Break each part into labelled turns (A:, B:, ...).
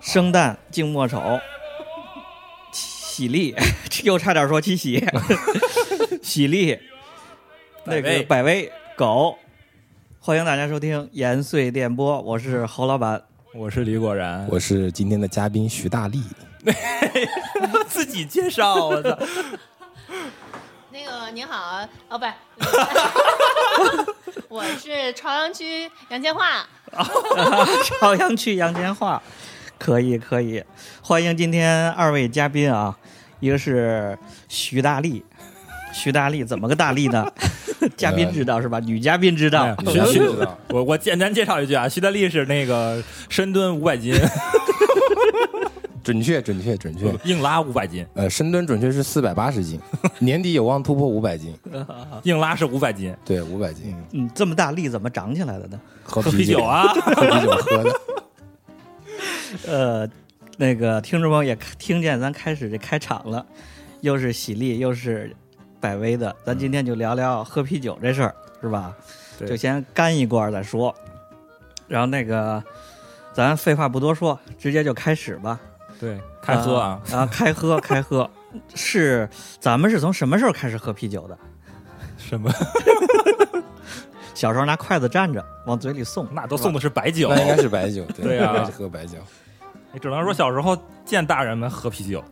A: 生旦净末丑，喜力 又差点说七喜， 喜力， 那
B: 百
A: 个
B: 威
A: 百威狗，欢迎大家收听延绥电波，我是侯老板。
B: 我是李果然，
C: 我是今天的嘉宾徐大力，
B: 自己介绍，我操，
D: 那个您好啊，哦不是，我是朝阳区杨千嬅，
A: 朝阳区杨千嬅，可以可以，欢迎今天二位嘉宾啊，一个是徐大力，徐大力怎么个大力呢？ 嘉宾知道是吧？女嘉宾知道，
B: 徐
C: 大力
B: 哎徐
C: 知道，
B: 我我简单介绍一句啊，徐德利是那个深蹲五百斤，
C: 准确准确准确，
B: 硬拉五百斤，
C: 呃，深蹲准确是四百八十 斤，年底有望突破五百斤，
B: 硬拉是五百斤，
C: 对，五百斤，
A: 嗯，这么大力怎么长起来的呢？
C: 喝
B: 喝啤酒， 啊，
C: 喝啤酒喝 的，
A: 呃，那个听众朋友也听见咱开始这开场了，又是喜力又是百威的，咱今天就聊聊喝啤酒这事儿，是吧？
B: 对
A: 就先干一罐儿再说。然后那个，咱废话不多说，直接就开始吧。
B: 对，开喝啊，
A: 啊，开喝 开喝，是咱们是从什么时候开始喝啤酒的？
B: 什么？
A: 小时候拿筷子蘸着往嘴里送，
B: 那都送
A: 的
B: 的是白酒，
C: 那应该是白酒，
B: 对啊
C: 应该是喝白酒，
B: 你只能说小时候见大人们喝啤酒，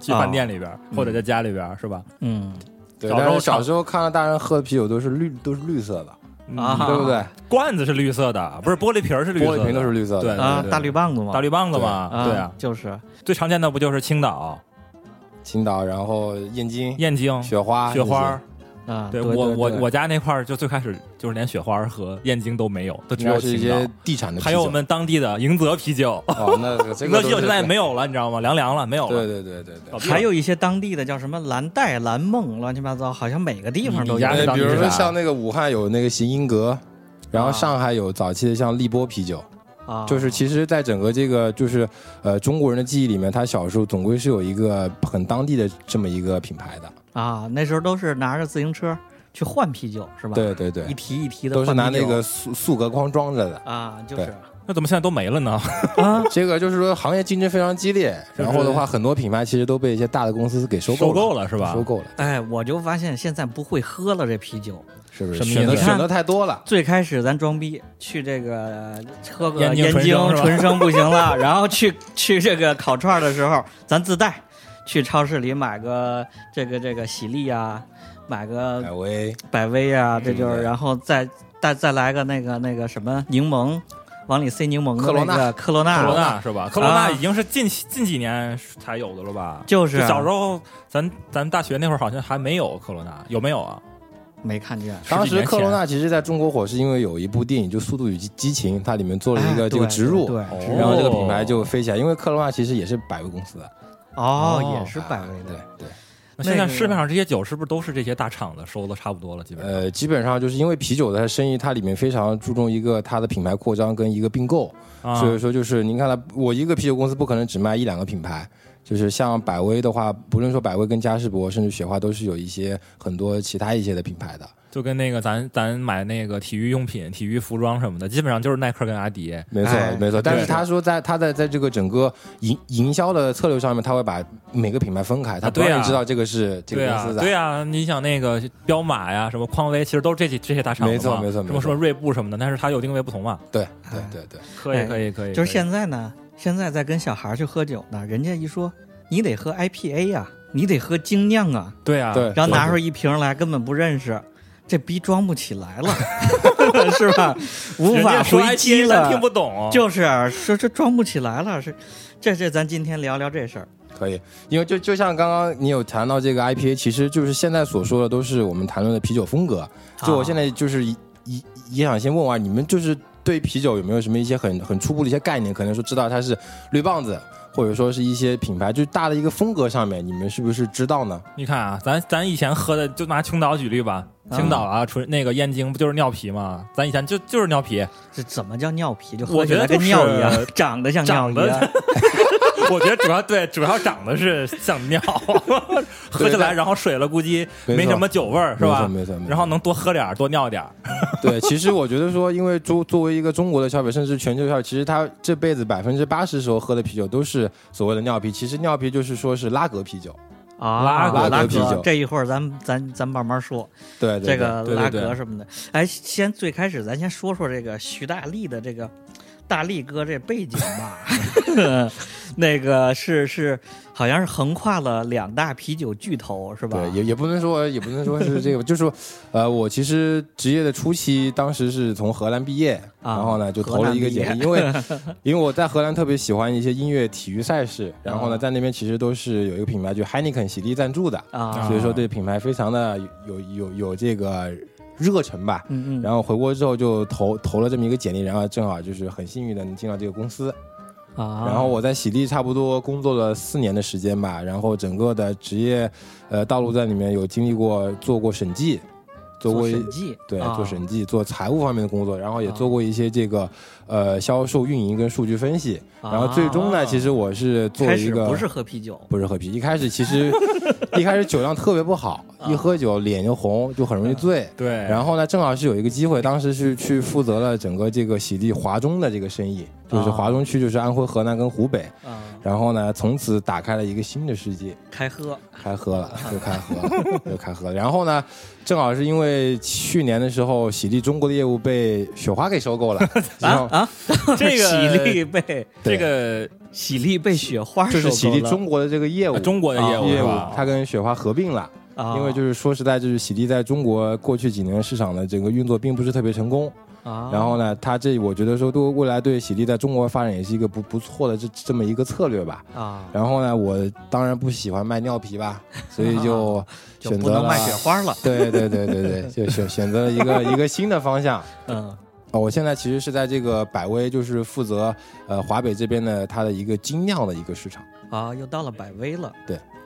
B: 去饭店里边、或者在家里边、是吧？
A: 嗯
C: 对，
B: 小时候
C: 但是
B: 尝
C: 小时候看到大人喝的啤酒都是绿，都是绿色的，
A: 啊
C: 对不对？
B: 嗯罐子是绿色的，不是玻璃瓶儿是绿色
C: 玻
B: 的，
C: 璃瓶都是绿色
B: 对
C: 的，
A: 啊，
C: 对
A: 大绿棒子嘛，
B: 大绿棒子嘛，
A: 啊，
B: 对啊，
A: 就是
B: 最常见的不就是青岛、
C: 青岛，然后燕京、
B: 燕京、
C: 雪花、
B: 雪花
C: 这
B: 儿
C: 些，。
A: 啊，
B: 对
A: 对
B: 我
A: 对
B: 我
A: 对
B: 我家那块儿就最开始就是连雪花儿和燕京都没有，都只
C: 应该
B: 有
C: 是一
B: 青
C: 些
B: 岛。
C: 地产的啤酒，
B: 还有我们当地的迎泽啤酒，
C: 哦，那个这
B: 迎
C: 个
B: 泽啤
C: 都是
B: 酒现在没有了，你知道吗？凉凉了，没有
C: 对
B: 了。
C: 对对对对。
B: 倒闭了
A: 还有一些当地的叫什么蓝带、蓝梦，乱七八糟，好像每个地方都
B: 你家
A: 有
B: 是
C: 对，
B: 当
C: 比
B: 地
C: 如
B: 的
C: 说
B: 啊
C: 像那个武汉有那个谐音阁，然后
A: 啊
C: 上海有早期的像立波啤酒，
A: 啊，
C: 就是其实，在整个这个就是呃中国人的记忆里面，他小时候总归是有一个很当地的这么一个品牌的，
A: 啊，那时候都是拿着自行车去换啤酒，是吧？，
C: 对对对
A: 一，提一提的
C: 都是拿
A: 换啤
C: 那
A: 酒
C: 个塑塑革筐装着的。
A: 啊，就是
B: 那怎么现在都没了呢？
A: 啊，
C: 这个就是说行业竞争非常激烈，然后的话，很多品牌其实都被一些大的公司给收
B: 收
C: 购
B: 购了是
C: 了，
B: 吧
C: 收？购了，
A: 哎，我就发现现在不会喝了这啤酒。
C: 是不是？
B: 什么意思
C: 选择
A: 你看
C: 选择太多了。
A: 最开始咱装逼去这个喝个
B: 燕京
A: 燕
B: 纯
A: 京
B: 生是吧
A: 纯生不行了， 然后去去这个烤串的时候，咱自带，去超市里买个这个这个喜力啊，买
C: 百
A: 个
C: 威，
A: 百威啊，这就是，
C: 对
A: 然后再再再来个那个那个什么柠檬，往里塞柠檬的
C: 科罗
A: 那个科罗
B: 科
A: 娜，
B: 罗娜是吧？科罗娜已经是近近几年才有的了吧？
A: 啊就是啊
B: 小时候咱咱大学那会儿好像还没有科罗娜，有没有啊？
A: 没看见，
C: 当
B: 十几
C: 时
B: 年
C: 克罗
B: 前
C: 纳其实在中国火，是因为有一部电影就《速度与激激情》，它里面做了一
A: 哎
C: 个这个
A: 对
C: 植入，
A: 对
B: 哦
A: 植入
C: 然后这个品牌就飞起来。因为克罗纳其实也是百威公司的，
A: 哦
B: 哦，
A: 也是百威的，
C: 对
B: 那现在
A: 那个
B: 市面上这些酒是不是都是这些大厂子收的差不多了？基
C: 对，
B: 本上
C: 呃，基本上就是因为啤酒的生意，它里面非常注重一个它的品牌扩张跟一个并购，
B: 啊
C: 所以说呃就是您看了，我一个啤酒公司不可能只卖一两个品牌。就是像百威的话，不论说百威跟嘉士伯，甚至雪花，都是有一些很多其他一些的品牌的。
B: 就跟那个咱咱买那个体育用品、体育服装什么的，基本上就是耐克跟阿迪。
C: 没错，
A: 哎
C: 没错。但是
B: 对
C: 他说在他在在这个整个营营销的策略上面，他会把每个品牌分开，他不
B: 对啊
C: 让你知道这个是这
B: 对
C: 个公
B: 啊
C: 司，的。
B: 对啊，你想那个彪马呀、什么匡威，其实都是这几这些大厂子嘛
C: 没错没错
B: 什
C: 没错
B: 么什么锐步什么的，但是它有定位不同嘛。
C: 对对对对，
B: 可以
A: 哎
B: 可以可以，
A: 就是
B: 在
A: 现在呢，现在在跟小孩去喝酒呢，人家一说你得喝 IPA 呀、你得喝精酿啊，
B: 对啊，
C: 对
A: 然后拿出一瓶来，根本不认识，这逼装不起来 了，是吧？无
B: 人
A: 法
B: 家说
A: 回击
B: IP 咱
A: 了
B: 听，不懂，
A: 就是啊说这装不起来了，是这这咱今天聊聊这事儿
C: 可以，因为就就像刚刚你有谈到这个 IPA，其实就是现在所说的都是我们谈论的啤酒风
B: 啊
C: 格。就我现在就是一一也想先问问啊，你们就是对啤酒有没有什么一些很很初步的一些概念？可能说知道它是绿棒子，或者说是一些品牌，就是大的一个风格上面，你们是不是知道呢？
B: 你看啊，咱咱以前喝的，就拿青岛举例吧，
C: 嗯
A: 啊
B: 青岛啊，纯那个燕京不就是尿啤吗？咱以前就就是 尿啤，
A: 这怎么叫尿皮，就
B: 我
A: 喝起
B: 觉得
A: 来
B: 就
A: 跟尿一样
B: 是，
A: 长得像尿
B: 长
A: 一
B: 得
A: 样，
B: 我觉得主要对主要长得是像 尿，喝起来然后水了，估计
C: 没错
B: 没什么酒味儿是
C: 没错
B: 吧？
C: 没错没错
B: 然后能多喝点儿，多尿点儿。
C: 对，其实我觉得说，因为作作为一个中国的消费，甚至全球消费，其实他这辈子百分之八十时候喝的啤酒都是所谓的尿啤。其实尿啤就是说是拉格啤酒，
A: 啊，
B: 拉格
A: 拉
C: 啤酒
A: 这一会儿咱咱咱慢慢说
C: 对对
A: 这个
C: 对
A: 拉
C: 对
A: 格
C: 对
A: 什么的。哎，先最开始咱先说说这个徐大力的这个大力哥这背景 吧。 那个是是，好像是横跨了两大啤酒巨头是吧？
C: 对，也也不能说也不能说是这个，就是说，呃，我其实职业的初期，当时是从荷兰毕业，
A: 啊
C: 然后呢就投了一个简历，因为因为我在荷兰特别喜欢一些音乐、体育赛事，然后
A: 啊
C: 呢在那边其实都是有一个品牌，就 Heineken 喜力赞助的，
A: 啊，
C: 所以说对品牌非常的有有有这个热忱吧。
A: 嗯嗯，
C: 然后回国之后就投投了这么一个简历，然后正好就是很幸运的能进到这个公司。
A: 后啊，
C: 然后我在喜力差不多工作了四年的时间吧，然后整个的职业呃道路在里面有经历过做过审计，做过
A: 做
C: 一
A: 审计，
C: 对
A: 啊
C: 做审计做财务方面的工作，然后也
A: 啊
C: 做过一些这个呃销售运营跟数据分析。然后最终
A: 啊
C: 呢，其实我是做
A: 开
C: 了一
A: 始
C: 个
A: 不是喝啤酒，
C: 不是喝啤，一开始其实 一开始酒量特别不好，
A: 啊
C: 一喝酒脸就红，就很容易醉。
B: 对，
C: 然后呢，正好是有一个机会，当时是去负责了整个这个喜力华中的这个生意，就是
A: 啊
C: 华中区就是安徽、河南跟湖北。
A: 啊，
C: 然后呢，从此打开了一个新的世界，
A: 开喝
C: 开喝了， 就开喝了，就开喝了。然后呢，正好是因为去年的时候，喜力中国的业务被雪花给收购了，然后
A: 啊 啊，
B: 这个
A: 喜力被
C: 对
B: 这个
A: 喜力被雪花
C: 就是喜力
A: 收购了
C: 中国的这个业务
B: 呃，中国的业务
C: 哦业
B: 是
C: 务
B: 吧？
C: 它跟雪花合并了。
A: 啊，
C: 因为就是说实在，就是喜力在中国过去几年市场的整个运作并不是特别成功。
A: 啊，
C: 然后呢，它这我觉得说对未来对喜力在中国发展也是一个不不错的这这么一个策略吧。
A: 啊，
C: 然后呢，我当然不喜欢卖尿皮吧，所以就
A: 啊就
C: 选
A: 不
C: 择
A: 能
C: 了
A: 卖雪花了，
C: 对对对对对，就选选择了一个一个新的方向。
A: 嗯
C: 哦，我现在其实是在这个百威，就是负责呃华北这边的它的一个精酿的一个市场。
A: 啊，又到了百威了，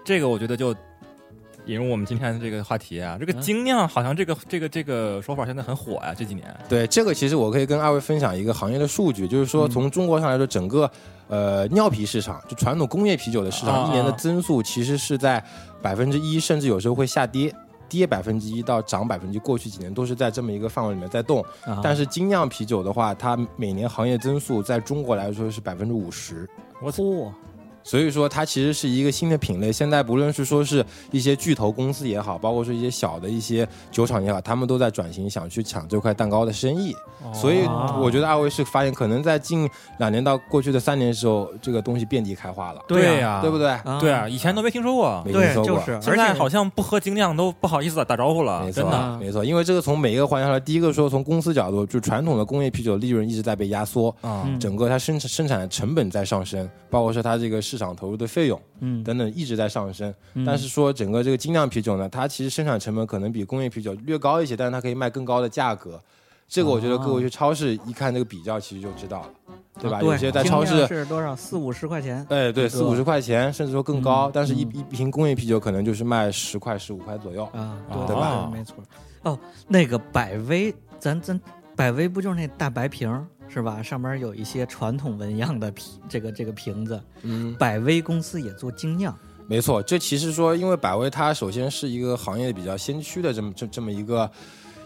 B: 这个我觉得就引入我们今天的这个话题啊，这个
A: 嗯
B: 精酿好像这个这个这个说法现在很火啊呀、这几年
C: 对，这个其实我可以跟二位分享一个行业的数据，就是
B: 嗯
C: 说从中国上来说，整个呃尿啤市场，就传统工业啤酒的市
B: 啊
C: 场，一年的增速其实是在百分之一，甚至有时候会下跌。跌百分之一到涨百分之，过去几年都是在这么一个范围里面在动。
A: 啊
C: 但是精酿啤酒的话，它每年行业增速在中国来说是百分之五十，
A: 嚯
C: 所以说它其实是一个新的品类。现在不论是说是一些巨头公司也好，包括说一些小的一些酒厂也好，他们都在转型，想去抢这块蛋糕的生意。
A: 哦
C: 所以我觉得二位是发现，可能在近两年到过去的三年的时候，这个东西遍地开花了，
A: 对
B: 呀、
C: 对不对？
A: 啊
B: 对啊，以前都没听说过
C: 没，
A: 对
C: 听说
A: 就
C: 过。
A: 是，
B: 现
A: 而且
B: 在好像不喝精酿都不好意思打招呼了，
C: 没
B: 真
C: 错，
B: 的。嗯
A: 的
C: 没错，因为这个从每一个环节上来，第一个说从公司角度，就传统的工业啤酒利润一直在被压缩，
B: 啊
A: 嗯
C: 整个它生产生产的成本在上升，包括说它这个市场投入的费用
A: 嗯，
C: 等等一直在上升。
A: 嗯
C: 但是说整个这个精酿啤酒呢，它其实生产成本可能比工业啤酒略高一些，但是它可以卖更高的价格。这个我觉得
A: 哦
C: 各位去超市一看这个比较，其实就知道了，对吧？
A: 啊
C: 有些在超
A: 精酿
C: 市。
A: 是多少四五十块钱
C: 哎，对，
A: 这
C: 四
A: 个
C: 五十块钱，甚至说更高，
A: 嗯
C: 但是一
A: 嗯
C: 一瓶工业啤酒可能就是卖十块、十五块左右。
A: 啊，
B: 啊
A: 对
C: 对吧
A: 没错。哦，那个百威，咱咱百威不就是那大白瓶儿是吧？上面有一些传统纹样的瓶，这个这个瓶子。
C: 嗯，
A: 百威公司也做精酿，
C: 没错，这其实说，因为百威它首先是一个行业比较先驱的这么这这么一个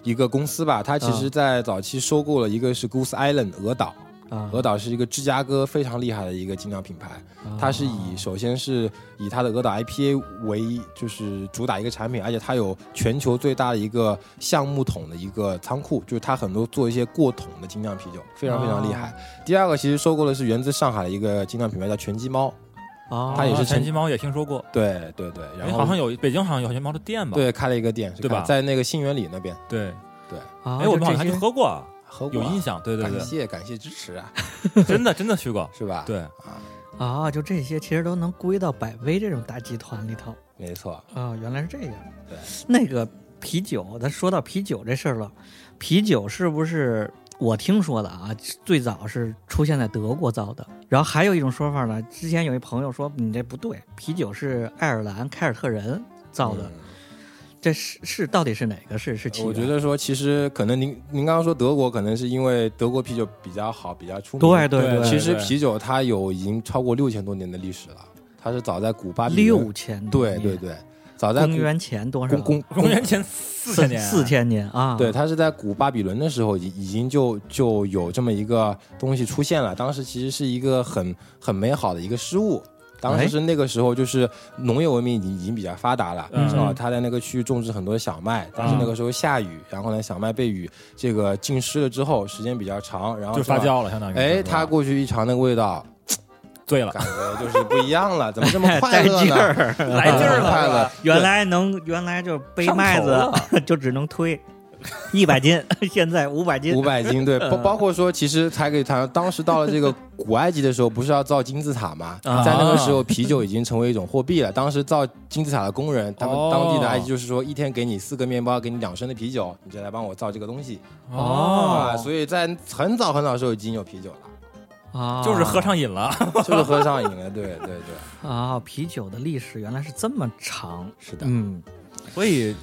C: 一个公司吧，它其
A: 嗯
C: 实在早期收购了一个是 Goose Island 鹅岛，
A: 啊，
C: 鹅岛是一个芝加哥非常厉害的一个精酿品牌，
B: 啊
A: 啊
C: 它是以首先是以它的鹅岛 IPA 为就是主打一个产品，而且它有全球最大的一个橡木桶的一个仓库，就是它很多做一些过桶的精酿啤酒，非常非常厉害。
B: 啊
C: 第二个其实收购的是源自上海的一个精酿品牌叫拳击猫，
A: 啊，
C: 它也是
B: 陈
C: 陈
B: 其猫也听说过，
C: 对对对，
B: 因
C: 然
B: 为
C: 后
B: 哎好像有北京好像有全猫的店吧？
C: 对开了一个店，是
B: 对吧
C: 开在那个新源里那边，
B: 对，
A: 啊，
B: 哎，我们好
A: 就
B: 像
A: 这
B: 还去
A: 些
B: 喝过，
C: 喝过
B: 有
C: 啊
B: 印象，对对
C: 感
B: 对，
C: 谢感谢支持啊，
B: 真的真的去 过，
C: 是吧？
B: 对，
C: 啊，
A: 啊，就这些其实都能归到百威这种大集团里头
C: 没错，
A: 啊，原来是这样。
C: 对，
A: 那个啤酒，咱说到啤酒这事儿了，啤酒是不是我听说的啊？最早是出现在德国造的，然后还有一种说法呢，之前有一朋友说你这不对，啤酒是爱尔兰凯尔特人造的，
C: 嗯
A: 这是是到底是哪个是是
B: 啊
A: 起源？
C: 我觉得说，其实可能您您刚刚说德国，可能是因为德国啤酒比较好，比较出名。
A: 对对对，
C: 呃其实啤酒它有已经超过六千多年的历史了，它是早在古巴比伦
A: 六千多
C: 对
A: 年
C: 对，对，早在
A: 公
C: 古
A: 元前多少？
C: 公公
B: 公元前四千
A: 四
B: 年，
A: 四，千年啊，
C: 对，它是在古巴比伦的时候已已经就就有这么一个东西出现了。当时其实是一个很很美好的一个失误。当
A: 哎
C: 时是那个时候，就是农业文明已经已经比较发达了，
B: 嗯
C: 知道吧他在那个区域种植很多小麦，但是那个时候下雨，然后呢，小麦被雨这个浸湿了之后，时间比较长，然后
B: 就发
C: 是吧。
B: 酵了，相当于。
C: 哎，
B: 是吧
C: 他过去一尝那个味道，
B: 醉了，
C: 感觉就是不一样了，怎么这么 快
A: 带
C: 乐
A: 劲
C: 呢？
A: 儿，
B: 来劲儿了
C: 快
B: 是吧
C: 乐。
A: 原来能原来就背
B: 上头
A: 麦子
B: 了
A: 就只能推一百斤，现在五百斤
C: 五，百斤，对，
A: 嗯
C: 包包括说，其实才给谈。当时到了这个古埃及的时候，不是要造金字塔嘛？
A: 啊
C: 在那个时候，啤酒已经成为一种货币了。当时造金字塔的工人，他们
B: 哦
C: 当地的埃及就是说，一天给你四个面包，给你两升的啤酒，你就来帮我造这个东西
A: 哦
C: 啊。所以在很早很早的时候已经有啤酒了，
A: 啊
B: 哦就是合上瘾了。
C: 就是喝上瘾了。对对对，
A: 啊，啤酒的历史原来是这么长，
C: 是的。
A: 嗯，
B: 所以，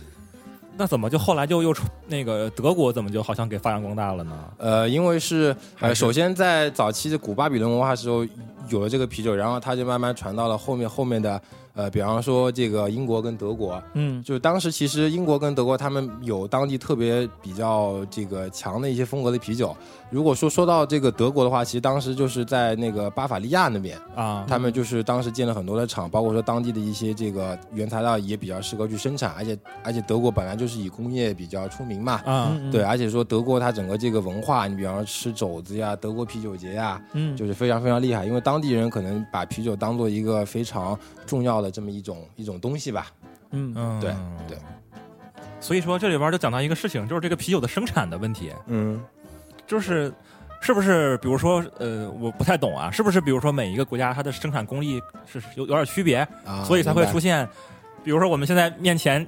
B: 那怎么就后来就又出那个德国怎么就好像给发扬光大了呢？
C: 呃，因为是
B: 还
C: 呃，
B: 是
C: 首先在早期的古巴比伦文化时候有了这个啤酒，然后它就慢慢传到了后面后面的呃，比方说这个英国跟德国，
A: 嗯
C: 就当时其实英国跟德国他们有当地特别比较这个强的一些风格的啤酒。如果说说到这个德国的话，其实当时就是在那个巴伐利亚那边，
B: 啊，
C: 他们就是当时建了很多的厂，包括说当地的一些这个原材料也比较适合去生产，而且而且德国本来就是以工业比较出名嘛。
B: 啊，
A: 嗯
C: 对，而且说德国它整个这个文化，你比方说吃肘子呀、德国啤酒节呀，
A: 嗯
C: 就是非常非常厉害。因为当地人可能把啤酒当做一个非常重要的这么一种一种东西吧。
A: 嗯
B: 嗯，
C: 对对。
B: 所以说这里边就讲到一个事情，就是这个啤酒的生产的问题，
C: 嗯，
B: 就是是不是比如说呃，我不太懂啊，是不是比如说每一个国家它的生产工艺是有有点区别，
C: 啊，
B: 所以才会
C: 明白
B: 出现。比如说，我们现在面 前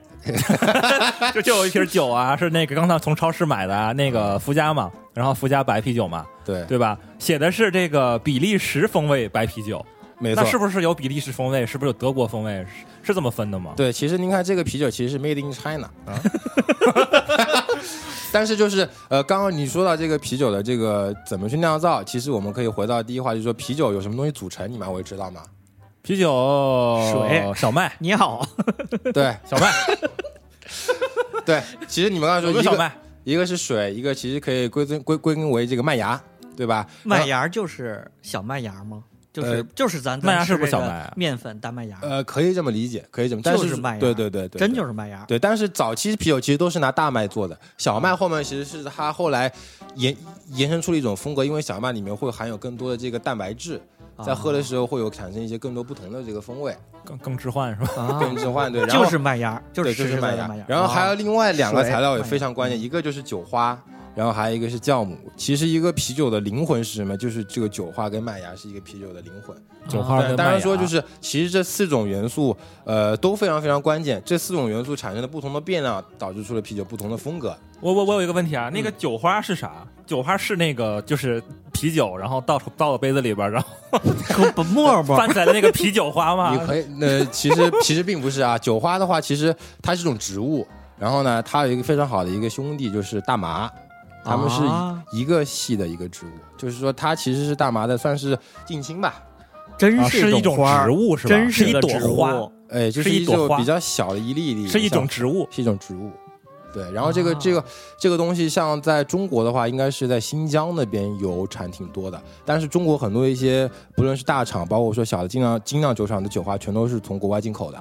B: 就就有一瓶酒啊，是那个刚才从超市买的啊，那个福佳嘛，然后福佳白啤酒嘛，
C: 对，
B: 对吧？写的是这个比利时风味白啤酒，
C: 没
B: 那
C: 错，
B: 是不是有比利时风味？是不是有德国风味？是是这么分的吗？
C: 对。其实您看，这个啤酒其实是 made in China 啊。但是就是呃，刚刚你说到这个啤酒的这个怎么去酿造，其实我们可以回到第一话题，就是说啤酒有什么东西组成，你们会知道吗？
B: 啤酒、
A: 水
B: 小麦、
A: 你好，
C: 对
B: 小 麦，
C: 对，其实你们刚才
B: 有
C: 说
B: 没有
C: 一
B: 小
C: 个
B: 麦？
C: 一个是水，一个其实可以归根归归根为这个麦芽，对吧？
A: 麦芽就是小麦芽吗？就是
C: 呃
A: 就是咱
B: 麦芽
A: 咱
B: 是不是
A: 吃这
B: 小
A: 个
B: 麦啊
A: 面粉大麦芽，
C: 呃，可以这么理解，可以这么，但
A: 就是是麦芽
C: 对对对对，
A: 真
C: 对
A: 就是麦芽。
C: 对，但是早期啤酒其实都是拿大麦做的，小麦后面其实是它后来延延伸出了一种风格，因为小麦里面会含有更多的这个蛋白质，在喝的
A: 哦
C: 时候会有产生一些更多不同的这个风味，
B: 更更置换是吧？
A: 啊，
C: 更 置换 对，然后
A: 就是麦芽，就
C: 对
A: 是
C: 就
A: 实
C: 是
A: 实
C: 麦
A: 在在
C: 芽
A: 麦芽。，
C: 然后还有另外两个
A: 哦水
C: 材料也
A: 麦芽
C: 非常关键，一个就是酒花。然后还有一个是酵母，其实一个啤酒的灵魂是什么？就是这个酒花跟麦芽是一个啤酒的灵魂。
B: 酒花
C: 对
B: 跟啊
C: 当
B: 麦芽
C: 然说就是，其实这四种元素，呃，都非常非常关键。这四种元素产生的不同的变量，导致出了啤酒不同的风格。
B: 我我我有一个问题啊，那个
C: 嗯
B: 酒花是啥？酒花是那个就是啤酒，然后倒出倒到杯子里边，然后
A: 喝不沫沫
B: 翻起来的那个啤酒花吗
C: 你？可以，那其实其实并不是啊。酒花的话，其实它是一种植物，然后呢，它有一个非常好的一个兄弟，就是大麻。它们是
A: 啊
C: 一一个系的一个植物，就是说它其实是大麻的，算是近亲吧。
A: 真
B: 啊是一种
A: 花儿
B: 植，物是吧？
A: 真
B: 是
A: 一
B: 一朵
A: 花
B: 花，，
C: 哎，就是
B: 一朵
C: 种
B: 花
C: 比较小的一粒一粒，
B: 是一种
C: 像
B: 植物。哦
C: 是一种植物。对，然后这个、
A: 啊
C: 这个这个东西，像在中国的话，应该是在新疆那边有产挺多的。但是中国很多一些，不论是大厂，包括说小的精酿精酿酒厂的酒花，全都是从国外进口的。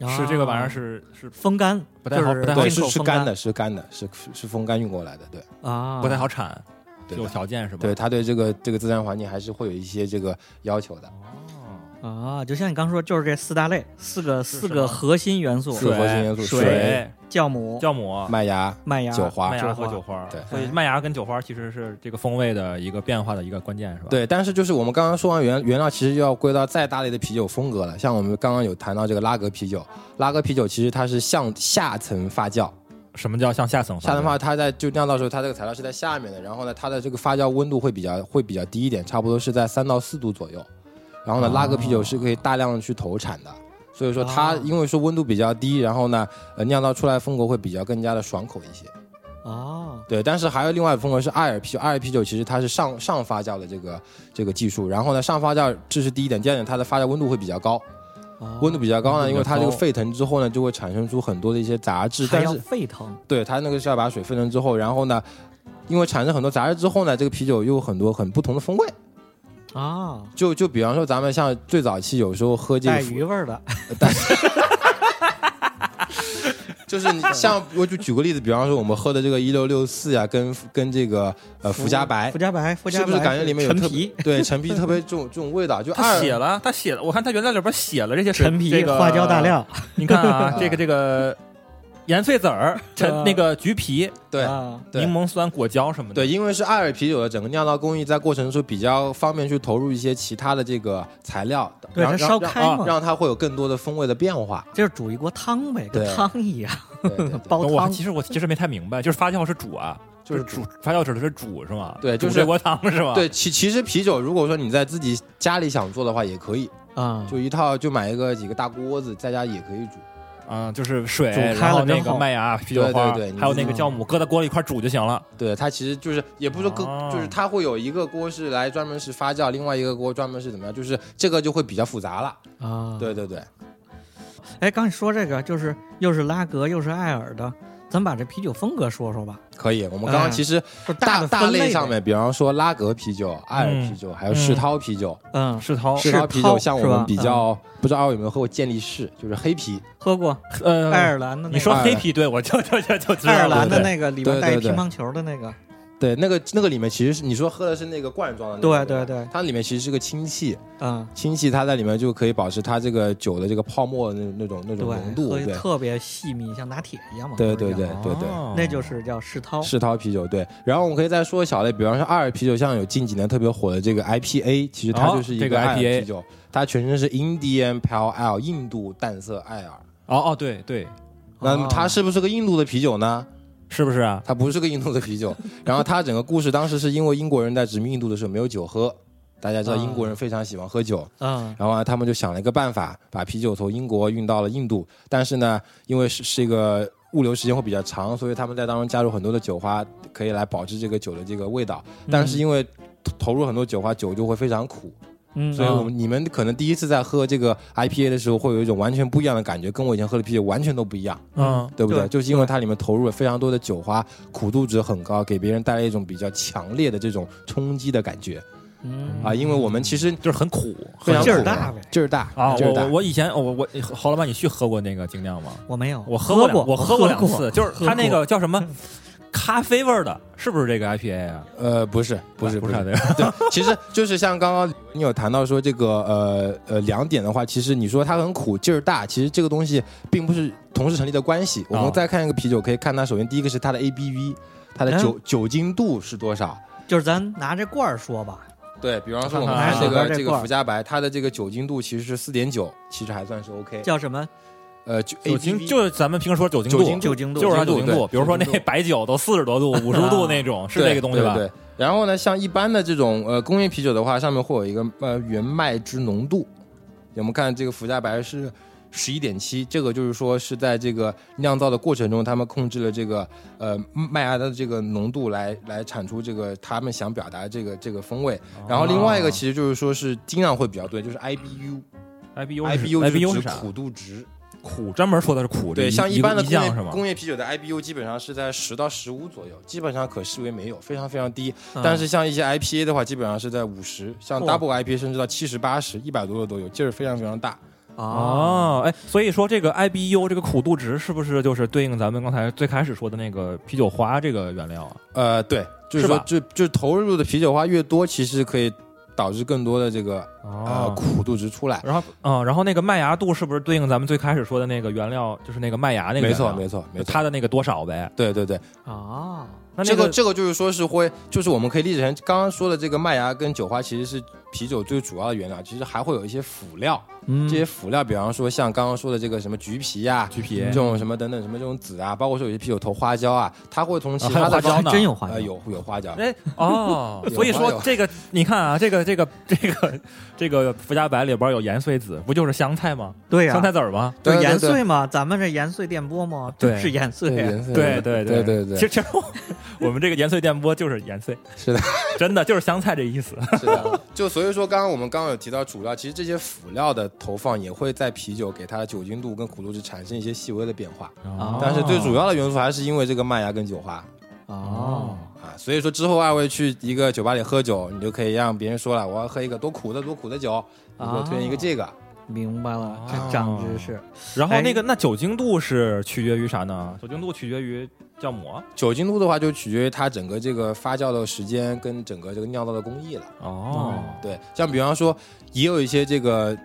A: 啊
B: 是这个玩意儿是是
A: 风干，
B: 不太
A: 就
B: 好
A: 是
B: 不太好
C: 对，
A: 进
C: 是
A: 口
C: 是
A: 风
C: 干的，是干的，是是风干运过来的。对，
B: 哦
A: 啊，
B: 不太好产，
C: 对
B: 有条件是吧？
C: 对，它对这个这个自然环境还是会有一些这个要求的。
A: 啊。就像你刚说，就是这四大类，四个
B: 是
A: 四
B: 什
A: 个
B: 么
A: 核心元素：
C: 四个核心元素
B: 水
C: 水、
A: 酵母、
B: 酵母、
C: 麦芽、
A: 麦芽、
C: 酒花
B: 麦，
A: 酒
B: 芽和
A: 花
B: 酒花。
C: 对
B: 所以麦芽跟酒花其实是这个风味的一个变化的一个关键是吧？，
C: 对，但是就是我们刚刚说完原原料，其实要归到再大类的啤酒风格了。像我们刚刚有谈到这个拉格啤酒，拉格啤酒其实它是向下层发酵，
B: 什么叫向下层发
C: 下
B: 酵？
C: 层发酵它在就酿造的时候，它这个材料是在下面的，然后呢，它的这个发酵温度会比较会比较低一点，差不多是在三到四度左右。然后呢，拉格啤酒是可以大量地去投产的，所以说它
A: 哦
C: 因为说温度比较低，然后呢，呃，酿造出来风格会比较更加的爽口一些。
A: 哦，
C: 对，但是还有另外一个风格是艾尔啤酒，艾尔啤酒其实它是上上发酵的这个这个技术，然后呢，上发酵这是第一点，第二点它的发酵温度会比较高，
A: 哦
C: 温度比较高
B: 温
C: 呢，
B: 度比较
C: 因为它这个
B: 高
C: 沸腾之后呢，就会产生出很多的一些杂质，
A: 还
C: 但
A: 要
C: 是
A: 沸腾，
C: 对它那个是要把水沸腾之后，然后呢，因为产生很多杂质之后呢，这个啤酒又有很多很不同的风味，
A: 啊，
C: 就就比方说咱们像最早期有时候喝这个
A: 带鱼味儿的，
C: 就是你像我就举个例子，比方说我们喝的这个一六六四呀，跟跟这个呃福加白
A: 福，加白，福加
C: 是
A: 白
C: 不是感觉里面有
A: 陈
C: 特
A: 皮？
C: 对陈皮特别这种这种味道？就
B: 他
C: 二，
B: 写了，他写了，我看他原料里边写了这些水
A: 陈皮、
B: 这个
A: 花椒大料，
B: 你看啊 这个这个盐痱子 儿、
A: 啊
B: 陈那个橘皮、
C: 对
A: 啊
C: 对
B: 柠檬酸、果胶什么的。
C: 对，因为是艾尔啤酒的整个酿造工艺，在过程中比较方便去投入一些其他的这个材料，
A: 对
C: 然后
A: 它烧
C: 让
A: 开
C: 让
A: 嘛
C: 让它会有更多的风味的 变化。
A: 就是煮一锅汤呗，跟
C: 对
A: 汤一样
C: 对对对
A: 煲
B: 我
A: 汤。
B: 其实我其实没太明白，就是发酵是煮啊，
C: 就是
B: 煮发酵指的是煮是吗？
C: 对就是
B: 煮这锅汤是吗？
C: 对，其其实啤酒，如果说你在自己家里想做的话，也可以，
A: 啊，
C: 就一套就买一个几个大锅子，在家也可以煮。
B: 啊，就是水，
A: 煮开了
B: 然后那
A: 之
B: 个
A: 后
B: 麦芽、啤酒花，
C: 对对对你嗯
B: 还有那个酵母，搁在锅里一块煮就行了。
C: 对，它其实就是也不是说更，
B: 哦
C: 就是它会有一个锅是来专门是发酵，另外一个锅专门是怎么样，就是这个就会比较复杂了。
A: 啊，
C: 对对对，
A: 哎，刚你说这个就是又是拉格又是艾尔的，咱把这啤酒风格说说吧，
C: 可以。我们刚刚
A: 嗯
C: 其实
A: 就
C: 大
A: 的
C: 大
A: 分类呗
C: 类上，面，比方说拉格啤酒、艾尔啤酒，还有世涛啤酒。
A: 嗯，
B: 世涛，
C: 世涛啤
A: 世涛
C: 酒像我
A: 是吧嗯
C: 们比较不知道有没有喝过健力士，就是黑啤。
A: 喝过
B: 呃，
A: 爱尔兰的那个，
B: 你说
C: 爱尔
B: 黑啤，对我就就就就知道
A: 爱
B: 了
A: 尔兰的
B: 对
A: 那个里边
C: 对
A: 带一
C: 对
A: 乒
C: 对
A: 乓球的那个，
C: 对，那个那个里面其实是你说喝的是那个罐装的那
A: 对
C: 个，
A: 对
C: 吧
A: 对，
C: 它里面其实是个氢气，
A: 嗯，
C: 氢气它在里面就可以保持它这个酒的这个泡沫的那那种那种浓
A: 对，
C: 度，
A: 喝一
C: 对
A: 特别细密，像拿铁一样嘛，
C: 对
A: 不是
C: 对
A: 这
C: 对
A: 样吗
C: 对对。
B: 哦
A: 那就是叫世涛，
C: 世涛啤酒对，然后我们可以再说小类，比方说艾尔啤酒，像有近几年特别火的这个 IPA，其实它
B: 哦
C: 就是一
B: 这个
C: 艾尔
B: IPA
C: 啤酒，它全称是 Indian Pale Ale 印度淡色艾尔。
B: 哦哦，对对，
C: 那么它
A: 哦
C: 是不是个印度的啤酒呢？
B: 是不是啊？
C: 它不是个印度的 啤酒。然后它整个故事当时是因为英国人在殖民印度的时候没有酒喝，大家知道
A: 啊
C: 英国人非常喜欢喝酒，
A: 嗯
C: 然后呢，他们就想了一个办法，把啤酒从英国运到了印度，但是呢，因为是是一个物流时间会比较长，所以他们在当中加入很多的酒花，可以来保持这个酒的这个味道。但是因为投投入很多酒花，酒就会非常苦，
A: 嗯，
C: 所以我们你们可能第一次在喝这个 IPA 的时候，会有一种完全不一样的感觉，跟我以前喝的啤酒完全都不一样，
B: 嗯，
C: 对不对？
A: 对
C: 就是因为它里面投入了非常多的酒花，苦度值很高，给别人带来一种比较强烈的这种冲击的感觉
A: 嗯
C: 啊！因为我们其实
B: 就是很苦，
C: 非常
A: 劲儿
C: 苦
A: 大呗
C: 啊劲儿大
B: 啊，
C: 劲
B: 我
C: 儿大
B: 我。我以前我我侯老板，你去喝过那个精酿吗？
A: 我没有，
B: 我喝
A: 过
B: 过两，我喝过两
A: 过
B: 次，就是它那个叫什
C: 嗯
B: 么咖啡味儿的，是不是这个 IPA 啊？
C: 呃，不是，不是，
B: 不
C: 不 是
B: 啊，，对，
C: 对，其实就是像刚刚你有谈到说这个呃呃两点的话，其实你说它很苦，劲儿大，其实这个东西并不是同时成立的关系。我
B: 哦
C: 们再看一个啤酒，可以看它首先第一个是它的 ABV，它的酒、酒精度是多少。
A: 就是咱拿这罐儿说吧，
C: 对比方说我们
B: 看看
C: 看这
A: 啊
C: 个
A: 这
C: 这个
A: 罐儿
C: 福加白，它的这个酒精度其实是四点九，其实还算是 OK。
A: 叫什么
C: 呃，就
B: 酒精
C: ABV
B: 就是咱们平时说酒精
C: 酒精
B: 度，
C: 度
A: 酒精度？
B: 就是它酒
C: 酒
B: 精
C: 精度
B: 度。
C: 对
B: 比如说
C: 酒精
B: 那
C: 度 啊
B: 白酒都四十多度、五十度那种，是这个东西吧
C: 对？对。然后呢，像一般的这种呃工业啤酒的话，上面会有一个呃原麦汁浓度。我们看这个福加白是十一点七，这个就是说是在这个酿造的过程中，他们控制了这个呃麦芽的这个浓度来来产出这个他们想表达的这个这个风味。然后另外一
B: 哦
C: 个其实就是说是精酿会比较对，就是 IBU。
B: IBU 是
C: IBU 就
B: IBU
C: 是
B: 是
C: 指
B: 啥？
C: 苦度值，
B: 苦专门说的是苦，
C: 对，
B: 这
C: 像
B: 一
C: 般的
B: 一
C: 工
B: 项
C: 业
B: 是吗？
C: 工业啤酒的 IBU 基本上是在十到十五左右，基本上可视为没有，非常非常低。
A: 嗯
C: 但是像一些 IPA 的话，基本上是在五十，像
A: 嚯
C: Double IPA 甚至到七十、八十、一百多的都有，劲儿非常非常大。啊
A: 哦，
B: 哦，哎，所以说这个 IBU 这个苦度值是不是就是对应咱们刚才最开始说的那个啤酒花这个原料啊？
C: 呃，对，就是
B: 是
C: 说
B: 吧，
C: 就就投入的啤酒花越多，其实可以导致更多的这个
A: 啊
C: 呃
B: 哦，
C: 苦度值出来。
B: 然后啊、然后那个麦芽度是不是对应咱们最开始说的那个原料，就是那个麦芽那个
C: 没
B: 原料？
C: 错，没错，没
B: 就
C: 错。
B: 它的那个多少呗？
C: 对对对，
A: 哦，
B: 那那
C: 这个这个就是说是会，就是我们可以理解成刚刚说的这个麦芽跟酒花其实是啤酒最主要的原料，其实还会有一些辅料。
B: 嗯
C: 这些辅料，比方说像刚刚说的这个什么橘皮啊、
B: 橘皮
C: 这种什么等等什么这种籽啊，包括说有些啤酒投花椒啊，它会从其他
B: 啊还有
C: 的
B: 花椒
C: 方
B: 呢
A: 真有花椒
C: 呃，有有花椒。，
B: 哎哦
C: 有
B: 所以
C: 花有
B: 说这个你看啊，这个这个这个这个福加白里边有盐碎子，不就是香菜吗？
A: 对呀、
B: 香菜籽儿吗？
A: 就
C: 对
A: 是
C: 对
A: 延
C: 对
A: 绥嘛，咱们这延绥电波嘛，
B: 对
A: 就是啊延绥。
C: 颜色
B: 对
C: 对
B: 对
C: 对
B: 其实其实我 我们这个盐碎电波就是盐碎，
C: 是的，
B: 真的就是香菜这意思。
C: 是的，就所以说，刚刚我们刚刚有提到主料，其实这些辅料的投放也会在啤酒给它的酒精度跟苦度值产生一些细微的变化，
A: 哦
C: 但是最主要的元素还是因为这个麦芽跟酒花
A: 哦，
C: 啊，所以说之后二位去一个酒吧里喝酒，你就可以让别人说了，我要喝一个多苦的多苦的酒，你给我推荐一
B: 啊
C: 个这个，
A: 明白了，这
B: 哦
A: 长知识。
B: 然后那
C: 哎
B: 个那酒精度是取决于啥呢？酒精度取决于酵母
C: 酒精度的话就取决于它整个这个发酵的时间跟整个这个酿造的工艺了。
B: 哦，
C: 对，像比方说，也有一些这个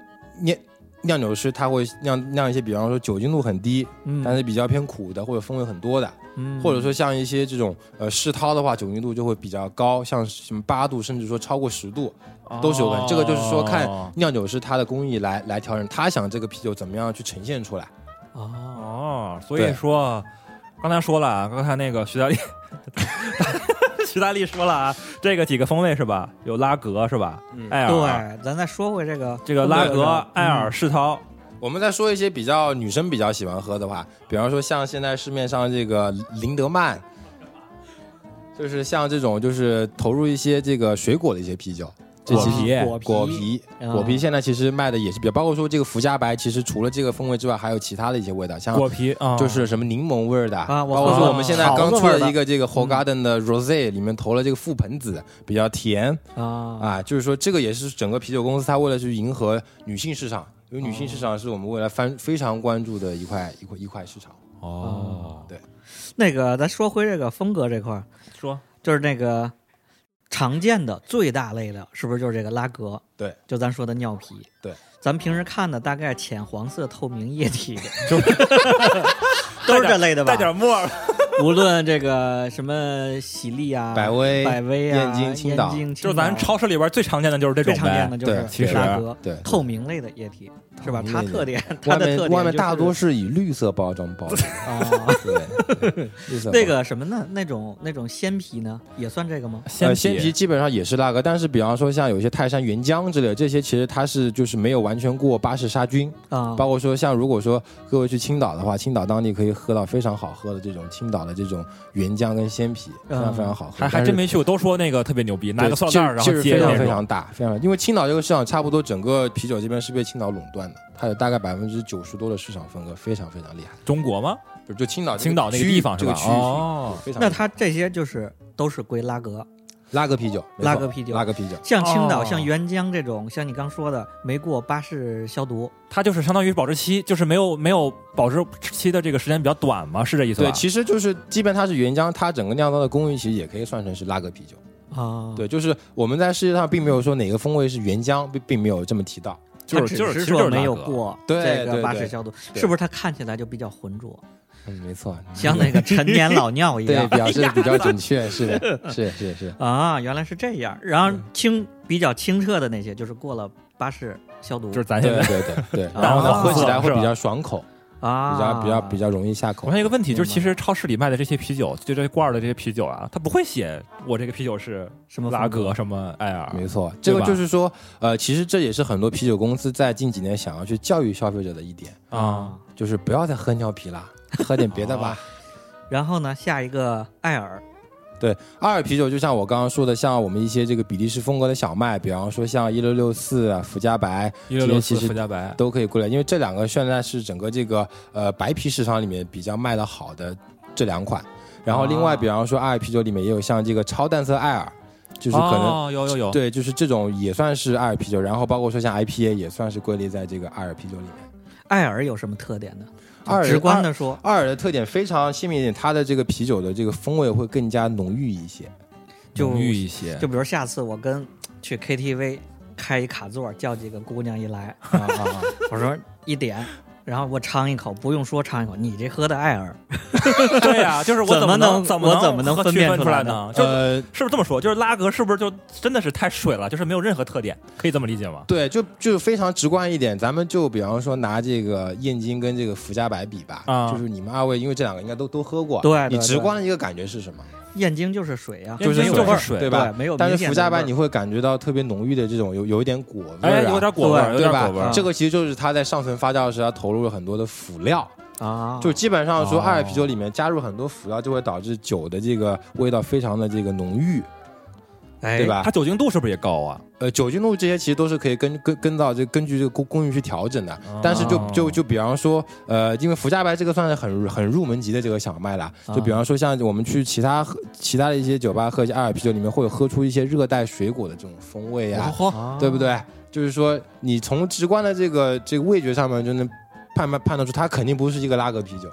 C: 酿酿酒师，他会酿酿一些，比方说酒精度很低，
A: 嗯
C: 但是比较偏苦的或者风味很多的，
B: 嗯
C: 或者说像一些这种呃世涛的话，酒精度就会比较高，像什么八度，甚至说超过十度都是有可
B: 哦
C: 能。这个就是说看酿酒师他的工艺来来调整，他想这个啤酒怎么样去呈现出来。
A: 哦，
B: 哦，所
C: 对
B: 以说刚才说了啊，刚才那个徐大力， 徐大力说了啊，这个几个风味是吧？有拉格是吧？
C: 嗯
B: 艾尔
A: 对，咱再说回这个
B: 这个拉
A: 风味
B: 格
A: 上、
B: 艾尔、世涛，
C: 我们再说一些比较女生比较喜欢喝的话，比方说像现在市面上这个林德曼，就是像这种就是投入一些这个水果的一些啤酒，这
B: 果
C: 其实
B: 皮
A: 哎果皮
C: 果皮
A: 啊
C: 果皮现在其实卖的也是比较，包括说这个福加白，其实除了这个风味之外，还有其他的一些味道，像
B: 果皮啊，
C: 嗯就是什么柠檬味儿的，
A: 啊我
C: 包括
B: 喝
C: 说
B: 过
C: 我们现在
A: 桃子
C: 刚出
A: 味儿的
C: 了一个这个 h o g a r d e n 的 Rosé，里面投了这个覆盆子，比较甜，
A: 啊，
C: 啊，就是说这个也是整个啤酒公司它为了去迎合女性市场，因为女性市
A: 哦
C: 场是我们未来翻非常关注的一块一块一块市场。
B: 哦，
A: 那个咱说回这个风格这块儿，
B: 说
A: 就是那个常见的最大类的，是不是就是这个拉格？
C: 对，
A: 就咱说的尿皮。
C: 对，
A: 咱平时看的大概浅黄色透明液体，
B: 就
A: 都是这类的吧
B: 带？点沫儿，
A: 无论这个什么喜力啊、
C: 百威
A: 百威啊、
C: 燕京青岛
A: 燕京
B: 就
A: 青
B: 是
C: 嗯
B: 咱超市里边最常见的就是这
A: 最
B: 种
A: 常见
B: 呗
A: 的。就是
C: 对其
B: 实
A: 拉格，
C: 对
A: 透明类的液体是吧？
C: 透明
A: 它
C: 类的
A: 特点，它
C: 外
A: 的特
C: 面
A: 点
C: 外面
A: 就是
C: 大多是以绿色包装包装，
A: 啊，
C: 对， 对绿色包
A: 那个什么呢？那种那种鲜啤呢，也算这个吗？
C: 呃
B: 鲜
C: 鲜
B: 皮
C: 啤基本上也是那个，但是比方说像有些泰山原浆之类的，这些其实它是就是没有完全过巴氏杀菌，
A: 啊，
C: 包括说像如果说各位去青岛的话，青岛当地可以喝到非常好喝的这种青岛的这种原浆跟鲜啤，非常
A: 嗯
C: 非常好喝，
B: 还还
C: 但是
B: 真没去过，都说那个特别牛逼，拿
C: 对
B: 个塑料袋儿然
C: 劲
B: 后
C: 儿劲
B: 接
C: 儿非
B: 那
C: 常非
B: 种。
C: 常大，非常。因为青岛这个市场，差不多整个啤酒这边是被青岛垄断的，它有大概百分之九十多的市场份额，非常非常厉害。
B: 中国吗？
C: 不是就青岛这
B: 青岛那个
C: 呃区域
B: 地方是
C: 这个
B: 吧？
C: 区域
B: 哦，
C: 非常厉害。
A: 那它这些就是都是归拉格，
C: 拉格啤酒，没错
A: 拉格啤酒
C: 拉格啤酒，
A: 像青岛、
B: 哦
A: 像原浆这种，像你刚说的没过巴氏消毒，
B: 它就是相当于保质期，就是没有没有保质期的这个时间比较短嘛，是这意思吧？
C: 对，其实就是即便它是原浆，它整个酿造的工艺其实也可以算成是拉格啤酒。
A: 啊，
C: 嗯对，就是我们在世界上并没有说哪个风味是原浆，并并没有这么提到。
A: 它
B: 就是就是
A: 只
B: 其
A: 是
B: 实就
A: 说
B: 是
A: 没
B: 拉
A: 有
B: 格
A: 过
C: 对
A: 这个
C: 对
A: 巴氏
C: 对
A: 消毒，
C: 对
A: 是不是它看起来就比较浑浊，
C: 嗯，没错，
A: 像那个陈年老尿一
C: 对，
A: 样？
C: 表示比较准确，是的，是是是。
A: 啊，原来是这样。然后清比较清澈的那些，就是过了巴氏消毒，
B: 就是咱现
C: 对
B: 在。
C: 对对对，
A: 啊
C: 然后呢，喝起来
B: 哦是
C: 会
B: 吧
C: 比较爽口，
A: 啊，
C: 比较比较比较容易下口
B: 我。还有一个问题，就是
A: 明白
B: 其实超市里卖的这些啤酒，就这罐儿的这些啤酒啊，它不会写我这个啤酒是
A: 什么
B: 拉
A: 风格
B: 格什么艾尔，
C: 没错，这个
B: 吧
C: 就是说，呃，其实这也是很多啤酒公司在近几年想要去教育消费者的一点，
B: 啊，
C: 就是不要再喝尿啤啦，喝点别的吧。
A: 然后呢，下一个艾尔，
C: 对，阿尔啤酒就像我刚刚说的，像我们一些这个比利时风格的小麦，比方说像一六六四、啊福加白
B: 一六六
C: 其
B: 四
C: 实
B: 伏加白，
C: 都可以过来，因为这两个现在是整个这个呃白啤市场里面比较卖的好的这两款。然后另外，
B: 啊
C: 比方说阿尔啤酒里面也有像这个超淡色艾尔，就是可能
B: 哦有有有，
C: 对，就是这种也算是阿尔啤酒，然后包括说像 IPA 也算是归类在这个阿尔啤酒里面。
A: 艾尔有什么特点呢？
C: 阿尔
A: 直观的说，
C: 阿尔的特点非常鲜明一点，它的这个啤酒的这个风味会更加浓郁一些。
A: 就
B: 浓郁一些，
A: 就比如下次我跟去 KTV 开一卡座，叫几个姑娘一来，
C: 啊啊啊！
A: 我说一点，然后我尝一口，不用说尝一口，你这喝的艾尔，
B: 对呀、就是我
A: 怎
B: 么
A: 么
B: 能
A: 能
B: 怎
A: 我怎么能
B: 能
A: 分
B: 区
A: 辨
B: 分
A: 出
B: 来
A: 来呢
B: 呢？就是
C: 呃，
B: 是不是这么说？就是拉格是不是就真的是太水了？就是没有任何特点，可以这么理解吗？
C: 对，就就非常直观一点，咱们就比方说拿这个燕京跟这个福加白比吧，
B: 啊
C: 就是你们二位因为这两个应该都都喝过，
A: 对对
C: 你直
A: 对
C: 观的一个感觉是什么？
A: 燕京就是水呀、
B: 燕
C: 就是
B: 京
A: 没有
C: 水
A: 味
B: 就
A: 儿
B: 是水，
C: 对吧
A: 对没有
C: 但
A: 明
C: 是
A: 显的
C: 福加
A: 味
C: 白
A: 儿
C: 你会感觉到特别浓郁的这种有有一点果味
B: 哎，
C: 儿、啊，
B: 有点果味
A: 对
B: 儿，有
C: 对
B: 点果
C: 吧
B: 味？儿。
C: 这个其实就是它在上层发酵时，它投入了很多的辅料，
A: 啊，
C: 就基本上说
B: 哦
C: 二啤酒里面加入很多辅料，就会导致酒的这个味道非常的这个浓郁，
A: 哎
C: 对？吧？
B: 它酒精度是不是也高啊？
C: 呃，酒精度这些其实都是可以根根根到这根据这个工工艺去调整的，但是就就就比方说，呃，因为福加白这个算是很很入门级的这个小麦了，就比方说像我们去其他喝其他的一些酒吧喝一些阿尔啤酒，里面会有喝出一些热带水果的这种风味啊，
B: 嚯，
A: 啊
C: 对不？对？就是说你从直观的这个这个味觉上面就能判判判断出它肯定不是一个拉格啤酒，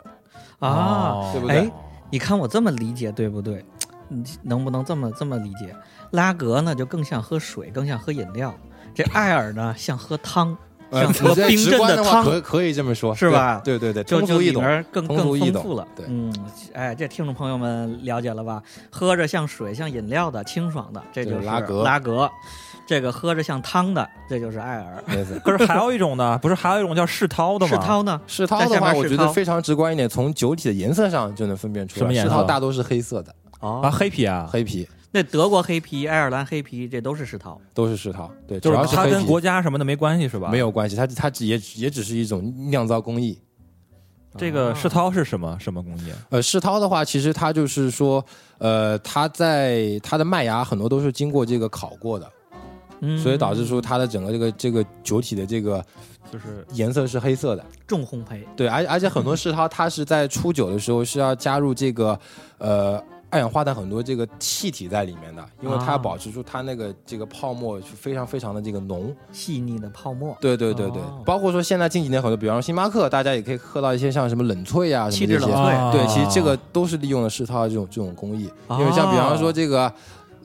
A: 啊，
C: 哦对不
A: 对
B: 哎，
A: 你看我这么理解对不对？你能不能这么这么理解？拉格呢就更像喝水，更像喝饮料；这艾尔呢像喝汤，
C: 呃，
A: 像喝
C: 直
A: 冰
C: 直
A: 镇
C: 观的话
A: 汤，
C: 可可以这么说，
A: 是吧
C: 对对对，
A: 就
C: 通
A: 就
C: 俗易
A: 里
C: 懂
A: 面。更
C: 通
A: 更
C: 俗易
A: 丰
C: 懂
A: 富了。
C: 对
A: 嗯，哎，这听众朋友们了解了吧？喝着像水、像饮料的清爽的，这
C: 就
A: 就是
C: 拉格
A: 拉格；这个喝着像汤的，这就是艾尔。
C: 类似
B: 可是还有一种呢，不是还有一种叫世涛的吗？
A: 世涛呢？
C: 世涛
A: 在
C: 的
A: 下
C: 话，
A: 面
C: 我
A: 世
C: 觉得
A: 涛
C: 非常直观一点，从酒体的颜色上就能分辨出
B: 什么
C: 来。
B: 颜
C: 世
B: 色
C: 涛大多是黑色的，
B: 啊，
A: 哦，
B: 黑啤啊，
C: 黑啤
A: 那德国黑啤、爱尔兰黑啤，这都是世涛。
C: 都是世涛，对，
B: 就
C: 主要
B: 是它
C: 黑
B: 跟
C: 啤
B: 国家什么的没关系是吧？
C: 没有关系，它它只也也只是一种酿造工艺。啊
B: 这个世涛是什么什么工业？
C: 呃，世涛的话，其实它就是说，呃，它在它的麦芽很多都是经过这个烤过的，
A: 嗯，
C: 所以导致说它的整个这个这个酒体的这个
B: 就是
C: 颜色是黑色的。
A: 重烘焙。
C: 对，而而且很多
B: 嗯
C: 世涛它是在出酒的时候是要加入这个呃二氧化碳很多这个气体在里面的，因为它
A: 啊
C: 要保持住它那个这个泡沫是非常非常的这个浓。
A: 细腻的泡沫，
C: 对对对对，
A: 哦
C: 包括说现在近几年很多，比方说星巴克，大家也可以喝到一些像什么冷萃呀、什
A: 气
C: 么
A: 质
C: 这
A: 冷
C: 些。
A: 萃
B: 啊啊
C: 对，其实这个都是利用了世涛的这种这种工艺，因为像比方说这个。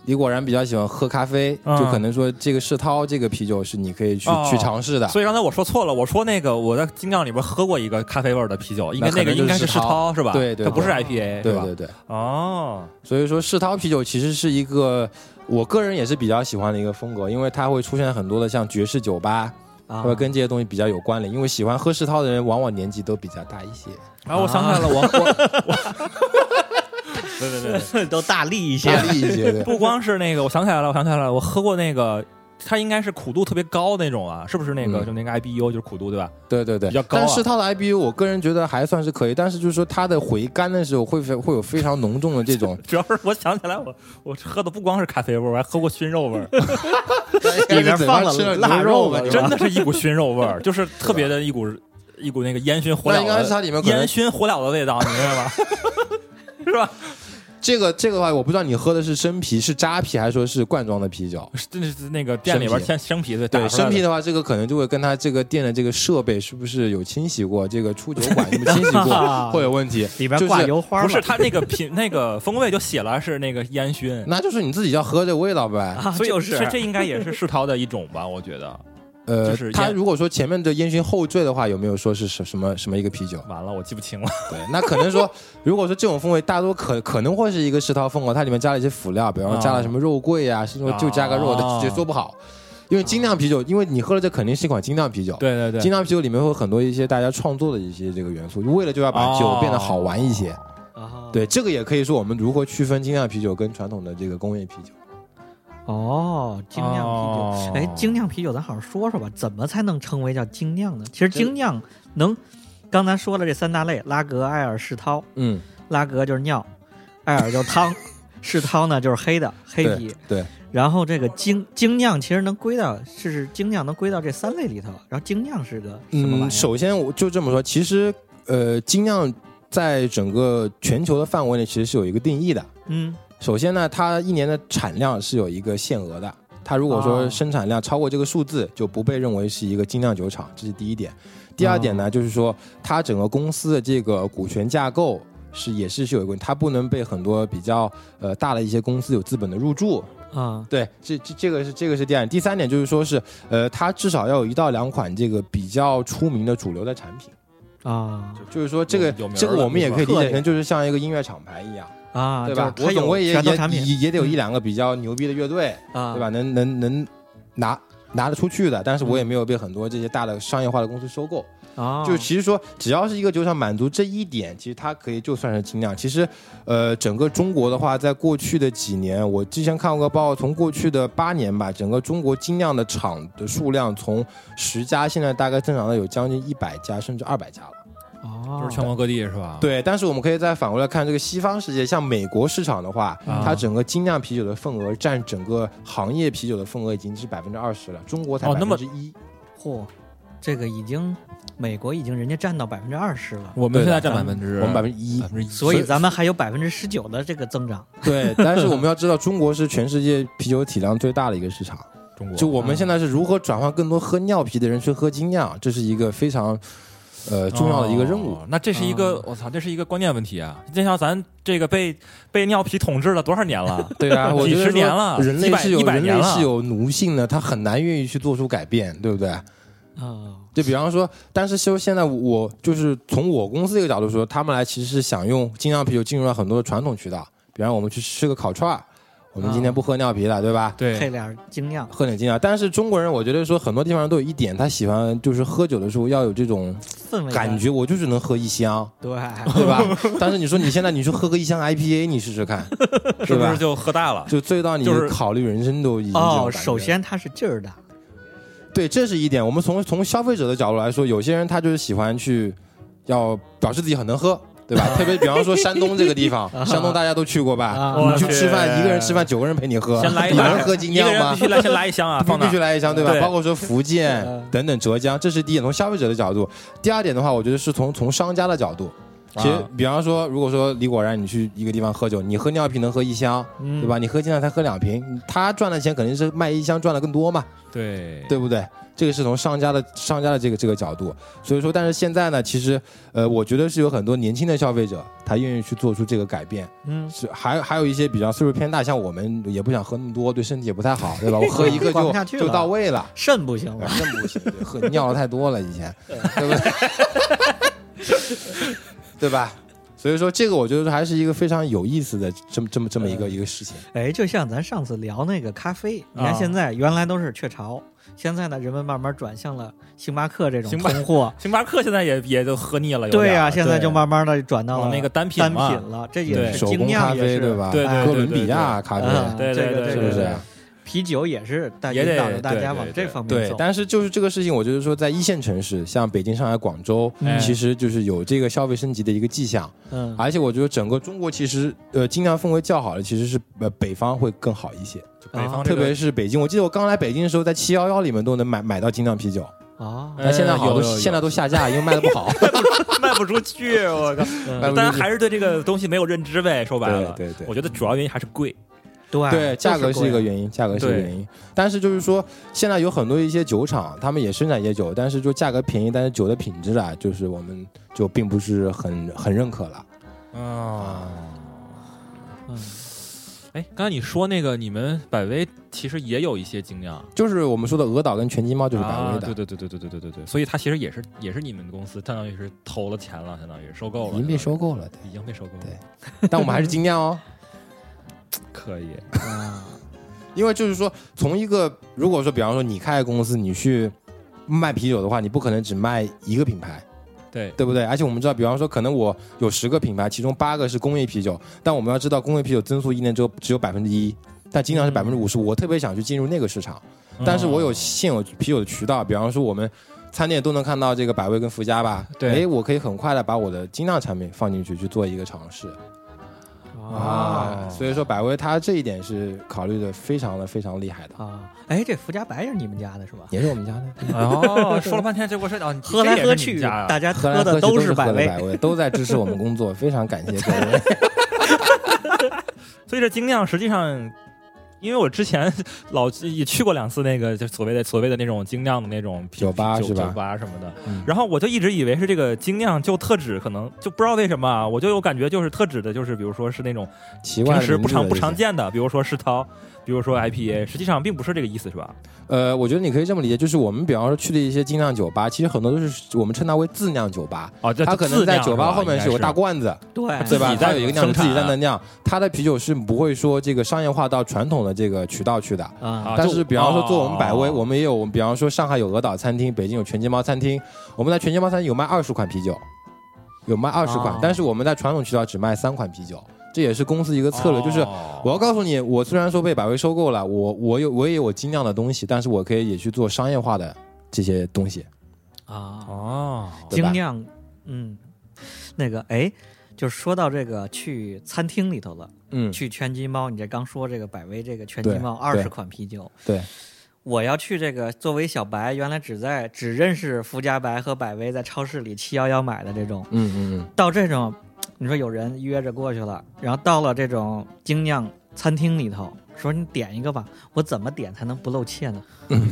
C: 李果然比较喜欢喝咖啡，
B: 嗯
C: 就可能说这个世涛这个啤酒是你可以去、
B: 哦
C: 去尝试的。
B: 所以刚才我说错了，我说那个我在精酿里边喝过一个咖啡味儿的啤酒，应该
C: 那可能
B: 个应该
C: 就是是
B: 世涛是吧？
C: 对对
B: 它不是
C: 对
B: IPA
C: 对
B: 是吧？
C: 对对，
B: 哦，
C: 所以说世涛啤酒其实是一个我个人也是比较喜欢的一个风格，因为它会出现很多的像爵士酒吧，
A: 啊
C: 它，会跟这些东西比较有关联。因为喜欢喝世涛的人往往年纪都比较大一些。
B: 然后我想起来了，我我我，啊 对对对对，
A: 啊 都大力一些
C: 大力一些，对，
B: 不光是那个，我想起来了，我想起来了，我喝过那个，它应该是苦度特别高那种啊，是不是那个
C: 嗯
B: 就那个 IBU 就是苦度对吧？
C: 对对对，
B: 比较高啊
C: 但世涛的 IBU 我个人觉得还算是可以，但是就是说它的回甘的时候会非会有非常浓重的这 种
B: 主要是我想起来我我喝的不光是咖啡味儿，我还喝过熏肉味儿，
A: 里面放 了
C: 应该是嘴巴吃牛
A: 腊肉
C: 吧
A: 了
C: 你
A: 是吧
B: 真的是一股熏肉味儿，就是特别的一股一股那个烟熏火
C: 那
B: 燎
C: 应该是
B: 的
C: 它里面可能
B: 烟熏火燎的味道，你明白吗？ 是吧？
C: 这个这个的话，我不知道你喝的是生啤是扎啤还是说是罐装的啤酒。
B: 是真的是那个店里边
C: 生啤
B: 先生啤的打
C: 对
B: 出来
C: 生
B: 的
C: 啤的话，这个可能就会跟它这个店的这个设备是不是有清洗过，这个出酒管有没有清洗 过会有问题。
A: 里边
C: 就是
A: 挂油花
B: 不
A: 嘛
B: 是它那个品那个风味就写了是那个烟熏，
C: 那就是你自己要喝这味道呗。
A: 啊，
B: 所以
A: 就是
B: 这这应该也是世涛的一种吧？我觉得就
C: 呃
B: 是，
C: 他
B: 烟
C: 如果说前面的烟熏后缀的话，有没有说是什什么什么一个啤酒？
B: 完了我记不清了，
C: 对，那可能说， 如果说这种风味，大多可可能会是一个世涛风格，它里面加了一些辅料，比方说加了什么肉桂呀、是说就加个肉，
B: 啊
C: 它也说不好。因为精酿啤酒，因为你喝了这肯定是一款精酿啤酒，
B: 对对对
C: 精酿啤酒里面会有很多一些大家创作的一些这个元素，为了就要把酒变得好玩一些。
A: 啊
C: 对，这个也可以说我们如何区分精酿啤酒跟传统的这个工业啤酒。
A: 哦，精酿啤
B: 哦
A: 酒，哎，精酿啤酒，咱好好说说吧，怎么才能称为叫精酿呢？其实精酿能，刚才说了这三大类，拉格、艾尔、世涛，
C: 嗯，
A: 拉格就是尿，艾尔就是 汤，世涛呢就是黑的黑
C: 对
A: 啤，
C: 对，
A: 然后这个精精酿其实能归到，是是精酿能归到这三类里头，然后精酿是个什么玩意儿？
C: 嗯，首先我就这么说，其实呃，精酿在整个全球的范围内其实是有一个定义的。
A: 嗯
C: 首先呢，它一年的产量是有一个限额的。它如果说
A: 哦
C: 生产量超过这个数字，就不被认为是一个精酿酒厂，这是第一点。第二
A: 啊
C: 点呢，就是说它整个公司的这个股权架构是也是是有一个问题，它不能被很多比较呃大的一些公司有资本的入驻。
A: 啊
C: 对，这这这个是这个是第二点。第三点就是说是呃，它至少要有一到两款这个比较出名的主流的产品。
A: 啊
C: 就是说这个
B: 有有名儿
C: 这个
B: 了
C: 我们也可以理
A: 特
C: 解
A: 点
C: 成就是像一个音乐厂牌一样，
A: 啊，
C: 对吧？
A: 就是
C: 我
A: 它
C: 总
A: 有
C: 归也
A: 拳头
C: 也
A: 产品嗯
C: 也也得有一两个比较牛逼的乐队，
A: 啊，
C: 对吧？？能能能拿拿得出去的，但是
A: 嗯
C: 我也没有被很多这些大的商业化的公司收购。
A: 啊，
C: 就其实说，只要是一个酒厂满足这一点，其实它可以就算是精酿。其实，呃，整个中国的话，在过去的几年，我之前看过个报告，从过去的八年吧，整个中国精酿的厂的数量从十家，现在大概增长到有将近一百家，甚至二百家了。
A: 哦，
B: 就是全国各地是吧？
C: 对，但是我们可以再反过来看这个西方世界，像美国市场的话，
B: 啊
C: 它整个精酿啤酒的份额占整个行业啤酒的份额已经是百分之二十了，中国才
B: 哦
C: 百
B: 那
C: 分
B: 么
C: 之一。
A: 嚯，这个已经美国已经人家占到百分之二十了，
B: 我们现在占百
C: 对的
B: 分之，
C: 我们百分之一
B: 百，分之一，
A: 所以咱们还有百分之十九的这个增长。
C: 对，但是我们要知道，中国是全世界啤酒体量最大的一个市场。
B: 中国
C: 就我们现在是如何转换更多喝尿啤的人去喝精酿，这是一个非常呃重要的一个任务。嗯
B: 哦那这是一个，我操，这是一个关键问题啊！就像咱这个被被尿皮统治了多少年了？
C: 对 啊，我觉得
B: 几十年了
C: 说人类是有
B: 几百
C: 人
B: 年
C: 类
B: 了
C: 是有奴性的，他很难愿意去做出改变，对不对？
A: 哦，
C: 就比方说，但是其实现在我就是从我公司这个角度说，他们来其实是想用精酿啤酒进入到很多的传统渠道，比方我们去吃个烤串儿，我们今天不喝尿啤 了，对吧？
A: 配
B: 对，
A: 点儿精酿
C: 喝点精酿，但是中国人我觉得说很多地方人都有一点，他喜欢就是喝酒的时候要有这种
A: 氛围
C: 感觉，我就是能喝一箱，
A: 对，哦
C: 对吧？但是你说你现在你去喝个一箱 IPA，你试试看，
B: 是
C: 对
B: 不是
C: 吧？
B: 就喝大了？
C: 就醉到你
B: 就是
C: 考虑人生都已经这种
A: 哦，
C: 感觉
A: 首先它是劲儿大，
C: 对，这是一点。我们从从消费者的角度来说，有些人他就是喜欢去要表示自己很能喝。对吧？特别比方说山东这个地方，山东大家都去过吧？
A: 啊
C: 你去吃饭，
B: 我去
C: 一个人吃饭，九个人陪你喝，
B: 先来一
C: 你
B: 打
C: 能喝精
B: 一
C: 酿
B: 个人
C: 吗
B: 必？须来，先来一箱 啊，
C: 必
B: 放那
C: 必须
B: 儿。
C: 来一箱，对吧？
B: 对
C: 包括说福 建
A: 嗯
C: 等等浙江，这是第一点。从消费者的角度，第二点的话，我觉得是从从商家的角度。其实
B: 啊，
C: 比方说，如果说李果然你去一个地方喝酒，你喝尿瓶能喝一箱，
A: 嗯
C: 对吧？？你喝精酿才喝两瓶，他赚的钱肯定是卖一箱赚的更多嘛，
B: 对
C: 对不对？这个是从商家的商家的这个这个角度，所以说，但是现在呢，其实，呃，我觉得是有很多年轻的消费者，他愿意去做出这个改变，
A: 嗯，
C: 是还还有一些比较岁数偏大，像我们也不想喝那么多，对身体也不太好，对吧？我喝 一个
A: 管不下去
C: 就就
A: 了
C: 到位了，
A: 肾不行
C: 哎
A: 了，
C: 真不行，对喝尿了太多了 以前，对不对？ 对吧？所以说，这个我觉得还是一个非常有意思的这么这么这么一个一个事情。
A: 哎，就像咱上次聊那个咖啡，你看
B: 啊
A: 现在原来都是雀巢，现在呢人们慢慢转向了星巴克这种
B: 星巴
A: 通货，
B: 星巴克现在也也就喝腻了，有
A: 对
B: 呀、
C: 啊
A: 呀，现在就慢慢的转到
B: 往
A: 了
B: 那个单品
A: 单
B: 嘛
A: 品了，这也
B: 对
A: 是
C: 手
A: 精
C: 工咖
A: 酿，也
C: 啡
A: 是
C: 对吧？
B: 对对
C: 哥伦比亚咖啡。
A: 啊，
B: 对对
A: 这个
B: 对
A: 这
C: 对
A: 个
C: 嗯是不是
A: 啤酒也是带
B: 也
A: 引
B: 得
A: 导着大家
B: 对
A: 往
B: 对
A: 这
B: 对
A: 方面
C: 对
A: 走，，
C: 但是就是这个事情，我觉得说在一线城市，像北京、上海、广州，
B: 嗯
C: 其实就是有这个消费升级的一个迹象。
A: 嗯
C: 而且我觉得整个中国其实呃，精酿氛围较好的其实是呃北方会更好一些，
B: 就北
A: 啊
B: 方、这哦
C: 特
B: 个
C: 别是北京。我记得我刚来北京的时候，在七幺幺里面都能买买到精酿啤酒，
A: 啊，
B: 呃
C: 但现在好
B: 有
C: 多
B: 有有
C: 现在都下架，因为卖的不好。
B: 卖不出去，我靠！
A: 嗯
C: 卖
B: 当
C: 不出去
B: 然还是对这个东西没有认知呗，说白了，
C: 对对
B: 我觉得主要原因还是贵，
A: 对
B: 哎
C: 对，价格是一个
A: 原
C: 原因，价格是一个原因。但是就是说，现在有很多一些酒厂，他们也生产一些酒，但是就价格便宜，但是酒的品质啊，就是我们就并不是很很认可了。
B: 啊。
A: 嗯
B: 哎，刚才你说那个，你们百威其实也有一些精酿，
C: 就是我们说的鹅岛跟全金猫就是百威
B: 啊
C: 的，
B: 对对对对对对对对对，所以它其实也是也是你们公司，相当于是投了钱了，相当于是收购了，
C: 已经被收
B: 相当
C: 购了，
B: 于已经被收购了，
C: 对对。 但我们还是精酿哦，
B: 可以
A: 啊，
C: 因为就是说，从一个如果说比方说你开个公司，你去卖啤酒的话，你不可能只卖一个品牌。
B: 对
C: 对不对？而且我们知道，比方说，可能我有十个品牌，其中八个是工业啤酒，但我们要知道，工业啤酒增速一年之后只有百分之一，但精酿是百
A: 嗯
C: 分之五十。我特别想去进入那个市场，
B: 嗯
C: 但是我有现有啤酒的渠道，比方说我们餐店都能看到这个百威跟福佳吧，
B: 对
C: 哎，我可以很快的把我的精酿产品放进去去做一个尝试
B: 啊
C: 所以说百威它这一点是考虑的非常的非常厉害的，
A: 啊！哎，这福家白是你们家的是吧？
C: 也是我们家的，
B: 哦，说了半天，结果是哦，你
A: 喝
B: 这
A: 来
B: 也
A: 喝
B: 是你
A: 去，
B: 们家啊
A: 大家
C: 喝来喝
A: 的
C: 去
A: 都
C: 是喝
A: 百
C: 的
A: 威
C: 百威，都在支持我们工作，非常感谢各位。
B: 所以这精酿实际上因为我之前 老也去过两次那个就所谓的所谓的那种精酿的那种啤
C: 酒吧
B: 酒
C: 是吧
B: 酒吧什么的，
C: 嗯
B: 然后我就一直以为是这个精酿就特指，可能就不知道为什么啊，我就有感觉就是特指的就是比如说是那种
C: 奇怪
B: 平
C: 的
B: 时不
C: 名字
B: 常
C: 了
B: 不
C: 这
B: 常
C: 些
B: 见的，比如说世涛，比如说 IPA，实际上并不是这个意思是吧？
C: 呃，我觉得你可以这么理解，就是我们比方说去的一些精酿酒吧，其实很多都是我们称它为自酿酒吧。
B: 哦，这
C: 它可能在酒吧后面
B: 是
C: 是有个大
B: 锅，
C: 罐子，
A: 对
C: 对吧
B: 自？己在
C: 它有一个酿
B: 生
C: 酒，
B: 产
C: 自己在那酿。它的啤酒是不会说这个商业化到传统的这个渠道去的。
A: 啊
B: 啊
C: 但，
B: 就是
C: 比方说做我们百威，
B: 哦
C: 我们也有，我们比方说上海有鹅岛餐厅，北京有全金猫餐厅，我们在全金猫餐厅有卖二十款啤酒，有卖二十款
B: 啊
A: 哦，
C: 但是我们在传统渠道只卖三款啤酒，这也是公司一个策略，就是
B: 哦
C: 我要告诉你，我虽然说被百威收购了，我我有我也有精酿的东西，但是我可以也去做商业化的这些东西。
A: 啊，
B: 哦，
C: 对吧
A: 精酿，嗯，那个哎，就是说到这个去餐厅里头了，
C: 嗯，
A: 去全鸡猫，你这刚说这个百威这个全鸡
C: 对
A: 猫二
C: 对
A: 十款啤酒，
C: 对，
A: 我要去这个作为小白，原来只在只认识福佳白和百威在超市里七幺幺买的这种，
C: 嗯嗯嗯，
A: 到这种，你说有人约着过去了，然后到了这种精酿餐厅里头，说你点一个吧，我怎么点才能不露怯呢？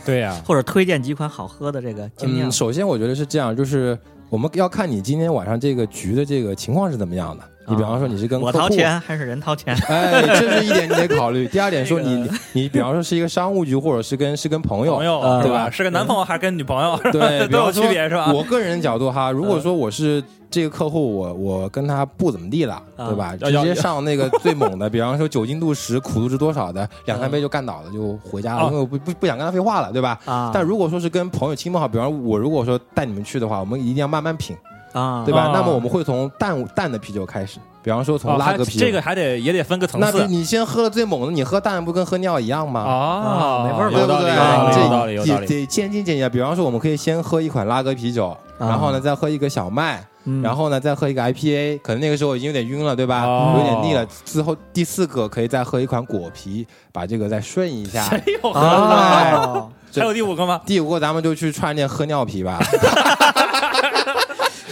B: 对呀，
A: 或者推荐几款好喝的这个精酿
C: 嗯，？首先我觉得是这样，就是我们要看你今天晚上这个局的这个情况是怎么样的。你比方说你是跟
A: 我
C: 客户
A: 掏，钱还是人掏钱？
C: 哎，这是一点你得考虑。第二 点说
A: 这个
C: 你你你比方说是一个商务局，或者是跟是跟 朋友啊
B: 朋。友
A: 呃
B: 是
C: 对吧嗯
B: 吧？是个男朋友还是跟女朋友？
C: 对，比
B: 都有
C: 方说
B: 区别是吧？嗯
C: 我个人的角度哈，如果说我是这个客户，我我跟他不怎么地了，
A: 啊
C: 对吧？
B: 要
C: 直接上 那个最猛的，比方说酒精度十、苦度是多少的，
B: 嗯
C: 两三杯就干倒了，就回家了，
B: 哦
C: 因为我不不不想跟他废话了，对吧？
A: 啊，
C: 但如果说是跟朋友亲朋好友，比方说我如果说带你们去的话，我们一定要慢慢品，
A: 啊，
C: 对吧？
B: 啊
C: 那么我们会从淡淡的啤酒开始，比方说从
B: 哦
C: 拉
B: 还
C: 格啤酒，
B: 这个还得也得分个层
C: 那
B: 次
C: 你你先喝了最猛的，你喝淡不跟喝尿一样吗？
B: 哦
A: 啊没味儿吧
C: 对
B: 有
C: 不
B: 道理，
C: 对？
B: 有道理，有道理，
C: 这
B: 有道
C: 得
B: 理。
C: 得千金减一下。比方说，我们可以先喝一款拉格啤酒，
B: 啊
C: 然后呢再喝一个小麦，
A: 嗯
C: 然后呢再喝一个 IPA。可能那个时候已经有点晕了，对吧？
B: 哦
C: 有点腻了。之后第四个可以再喝一款果啤，把这个再顺一下。
B: 谁有喝的？
A: 啊，
B: 还有第五个吗？
C: 第五个咱们就去串店喝尿啤吧，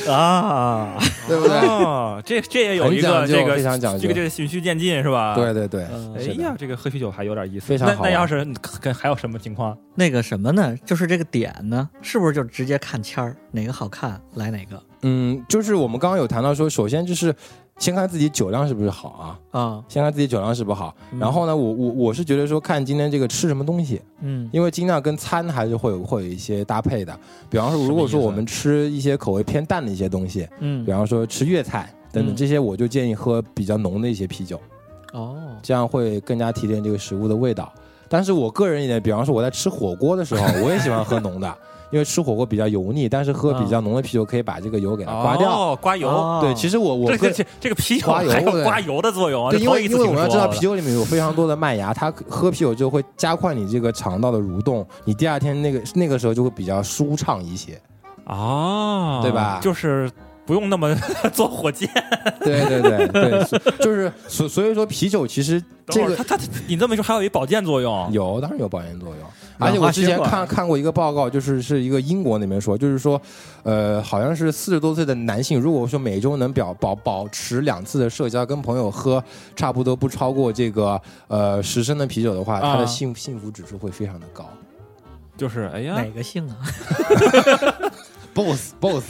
A: 啊，
C: 对 不对？
B: 哦，这这也有一个
C: 很讲究
B: 这个
C: 非常讲究
B: 这个这个循序渐进是吧？。
C: 对对对，
B: 哎
C: 是的
B: 呀，这个喝啤酒还有点意思。
C: 非常
B: 那
C: 好啊
B: 那
C: 玩
B: 要是跟还有什么情况？
A: 那个什么呢？就是这个点呢，是不是就直接看签儿，哪个好看来哪个
C: 嗯，就是我们刚刚有谈到说，首先就是先看自己酒量是不是好啊，
A: 啊？
C: 先看自己酒量是不是好。
A: 嗯
C: 然后呢，我我我是觉得说看今天这个吃什么东西，
A: 嗯
C: 因为精酿跟餐还是会有会有一些搭配的。比方
B: 什
C: 说，
B: 么
C: 如果说
B: 意思
C: 我们吃一些口味偏淡的一些东西，比
A: 嗯，
C: 方说吃粤菜等等
A: 嗯
C: 这些，我就建议喝比较浓的一些啤酒，
A: 哦，
C: 这样会更加提炼这个食物的味道。但是我个人一点，比方说我在吃火锅 的时候，我也喜欢喝浓的，因为吃火锅比较油腻，但是喝比较浓的啤酒可以把这个油给它刮掉。
B: 啊哦，刮油。
A: 哦
C: 对，其实我我
B: 这
C: 个
B: 个这这个啤酒
C: 刮油
B: 还有
C: 对
B: 刮油的作用啊！
C: 对，
B: 这
C: 因
B: 头
C: 为
B: 一
C: 因
B: 次
C: 为我
B: 听
C: 们要知道
B: 说
C: 啤酒里面有非常多的麦芽，它喝啤酒之后会加快你这个肠道的蠕动，你第二天那个那个时候就会比较舒畅一些。
B: 哦，
C: 对吧
B: 就是不用那么 做火箭。
C: 对对对对，所就是所所以说啤酒其实
B: 等
C: 这
B: 会儿
C: 个
B: 它哦它你这么一说还有一保健作用。
C: 有当然有保健作
B: 啊
C: 用，
A: 氧
C: 而且我
A: 化
C: 之
A: 血
C: 前
A: 管
C: 看看过一个报告，就是是一个英国那边说，就是说，呃，好像是四十多岁的男性，如果说每周能表保保持两次的社交，跟朋友喝差不多不超过这个呃十升的啤酒的话，他
B: 啊
C: 的幸幸福指数会非常的高。
B: 就是哎呀
A: 哪，个姓啊？
C: boss boss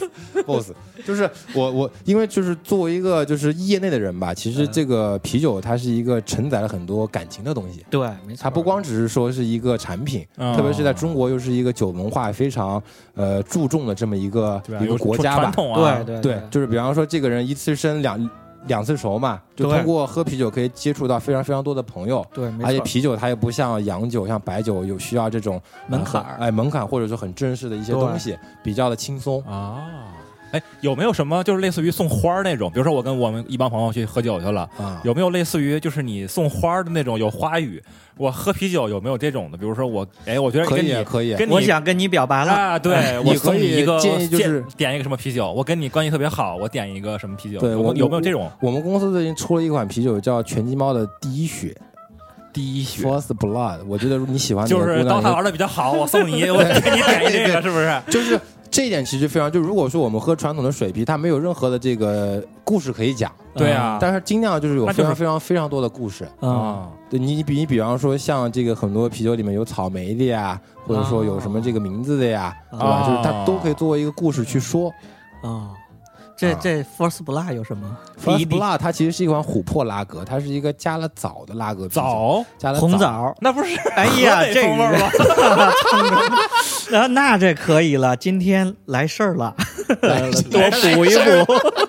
C: boss，就是我我因为就是作为一个就是业内的人吧，其
A: 嗯
C: 实这个啤酒它是一个承载了很多感情的东西，
A: 对，没错，
C: 它不光只是说是一个产品，
B: 嗯
C: 特别是在中国又是一个酒文化非常呃注重的这么一个
B: 对吧？
C: 一
B: 有
C: 个国家
B: 传
C: 吧，
B: 统啊，
A: 对对
C: 对，就是比方说这个人一次生两两次熟嘛，就
A: 对
C: 通过喝啤酒可以接触到非常非常多的朋友。
A: 对，没
C: 而且
A: 错，
C: 啤酒它也不像洋酒、像白酒有需要这种
A: 门槛
C: 呃
A: 儿
C: 哎，门槛或者说很正式的一些
A: 对
C: 东西，比较的轻松。
B: 啊。哎，有没有什么就是类似于送花儿那种？比如说我跟我们一帮朋友去喝酒去了，
C: 啊，
B: 有没有类似于就是你送花儿的那种有花语？我喝啤酒有没有这种的？比如说我，哎，我觉得
C: 可
B: 跟
C: 以
B: 你
C: 啊可以啊，
B: 跟你
A: 我想跟你表白了。
B: 啊，对，
C: 你
B: 我
C: 可
B: 送你
C: 以
B: 一个
C: 建议就是
B: 建点一个什么啤酒，我跟你关系特别好，我点一个什么啤酒，
C: 对
B: 有没
C: 我
B: 有有没有这种？
C: 我们公司最近出了一款啤酒叫全鸡猫的第一血
B: 第一血
C: （First Blood），我觉得如果你喜欢哪
B: 就
C: 个
B: 是
C: 姑
B: 刀
C: 娘
B: 塔玩的比较好，我送你，我给你点一这个，是不是？
C: 就是。这一点其实非常，就如果说我们喝传统的水啤，它没有任何的这个故事可以讲，
B: 对啊，
C: 但是精酿就是有
B: 那
C: 非
B: 就是
C: 常非常非常多的故事。
A: 嗯，
B: 啊
C: 对你，你比你比方说像这个很多啤酒里面有草莓的呀，或者说有什么这个名字的呀，对
B: 哦
C: 吧？就是它都可以作为一个故事去说。
A: 哦，这这 First Blood 有什么？
C: 啊 First
A: 一滴
C: Blood 它其实是一款琥珀拉格，它是一个加了枣的拉格啤酒，
B: 枣
C: 加了
A: 红枣。
B: 那不是
A: 哎呀，
B: 河北
A: 这
B: 风味儿吗？
A: 那那这可以了，今天来事儿了，
C: 来了
A: 多补一补。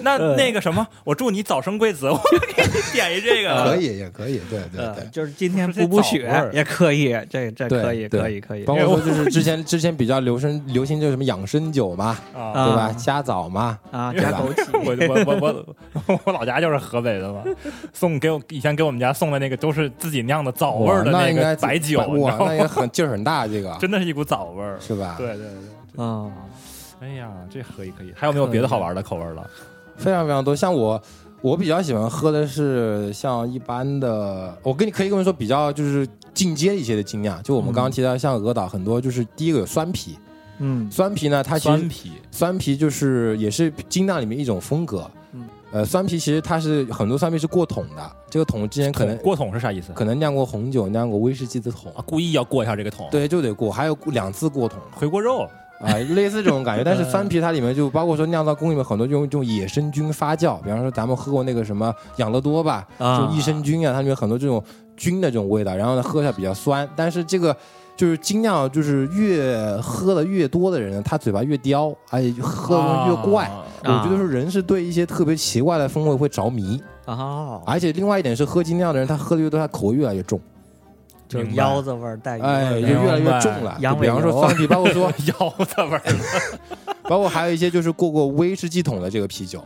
B: 那
C: 嗯
B: 那个什么，我祝你早生贵子，我给你点一这个。
C: 可以，也可以，对对
A: 呃
C: 对。
A: 就是今天
B: 不是这
A: 补补
B: 枣味
A: 血
B: 儿
A: 也可以，这这
C: 对
A: 可以，
C: 对
A: 可以，可以。
C: 包括说就是 之前之前比较流行流行就是什么养生酒嘛，
B: 啊，
A: 啊
C: 对吧？加枣嘛，
A: 啊，
B: 对
A: 加
C: 吧
A: 枸
B: 我
A: 杞，
B: 我我我我老家就是河北的嘛，送给我以前给我们家送的那个都是自己酿的枣味儿的
C: 哇那应
B: 个
C: 该
B: 白酒，你知
C: 哇，
B: 道吗
C: 那也很劲儿很大，这个
B: 真的是一股枣味儿。
C: 是吧？
B: 对对对，
A: 嗯，
B: 哎呀，这可以可以，还有没有别的好玩的口味儿了？
C: 非常非常多。像我，我比较喜欢喝的是像一般的，我跟你可以跟你说比较就是进阶一些的精酿，就我们刚刚提到像鹅岛很多，就是第一个有酸啤，
A: 嗯
C: 酸啤呢它其
B: 酸
C: 实
B: 啤
C: 酸啤就是也是精酿里面一种风格
A: 嗯。
C: 呃，酸啤其实它是很多酸啤是过桶的，这个桶之前可能
B: 桶过桶是啥意思？
C: 可能酿过红酒、酿过威士忌的桶，
B: 啊，故意要过一下这个桶，，
C: 对，就得过，还有两次过桶
B: 回锅肉
C: 啊、类似这种感 觉。但是酸啤它里面就包括说酿造工艺里面很多用这种野生菌发酵，比方说咱们喝过那个什么养乐多吧，
A: 啊
C: 就益生菌啊，它里面很多这种菌的这种味道，然后呢喝起来比较酸，但是这个。就是精酿，就是越喝的越多的人呢，他嘴巴越刁，而且喝的东西越怪。
B: 啊
C: 我觉得是人是对一些特别奇怪的风味会着迷，
A: 哦，
C: 而且另外一点是喝精酿的人，他喝的越多，他口味越来越重，
A: 就是
B: 明白
A: 腰子味儿带鱼味
C: 哎，
A: 儿
C: 就
A: 的，
C: 越来越重了。
A: 羊
C: 就
A: 尾
C: 比方说
A: 油
C: 酸啤，包括 说
B: 腰子味儿，
C: 包括还有一些就是过过威士忌桶的这个啤酒，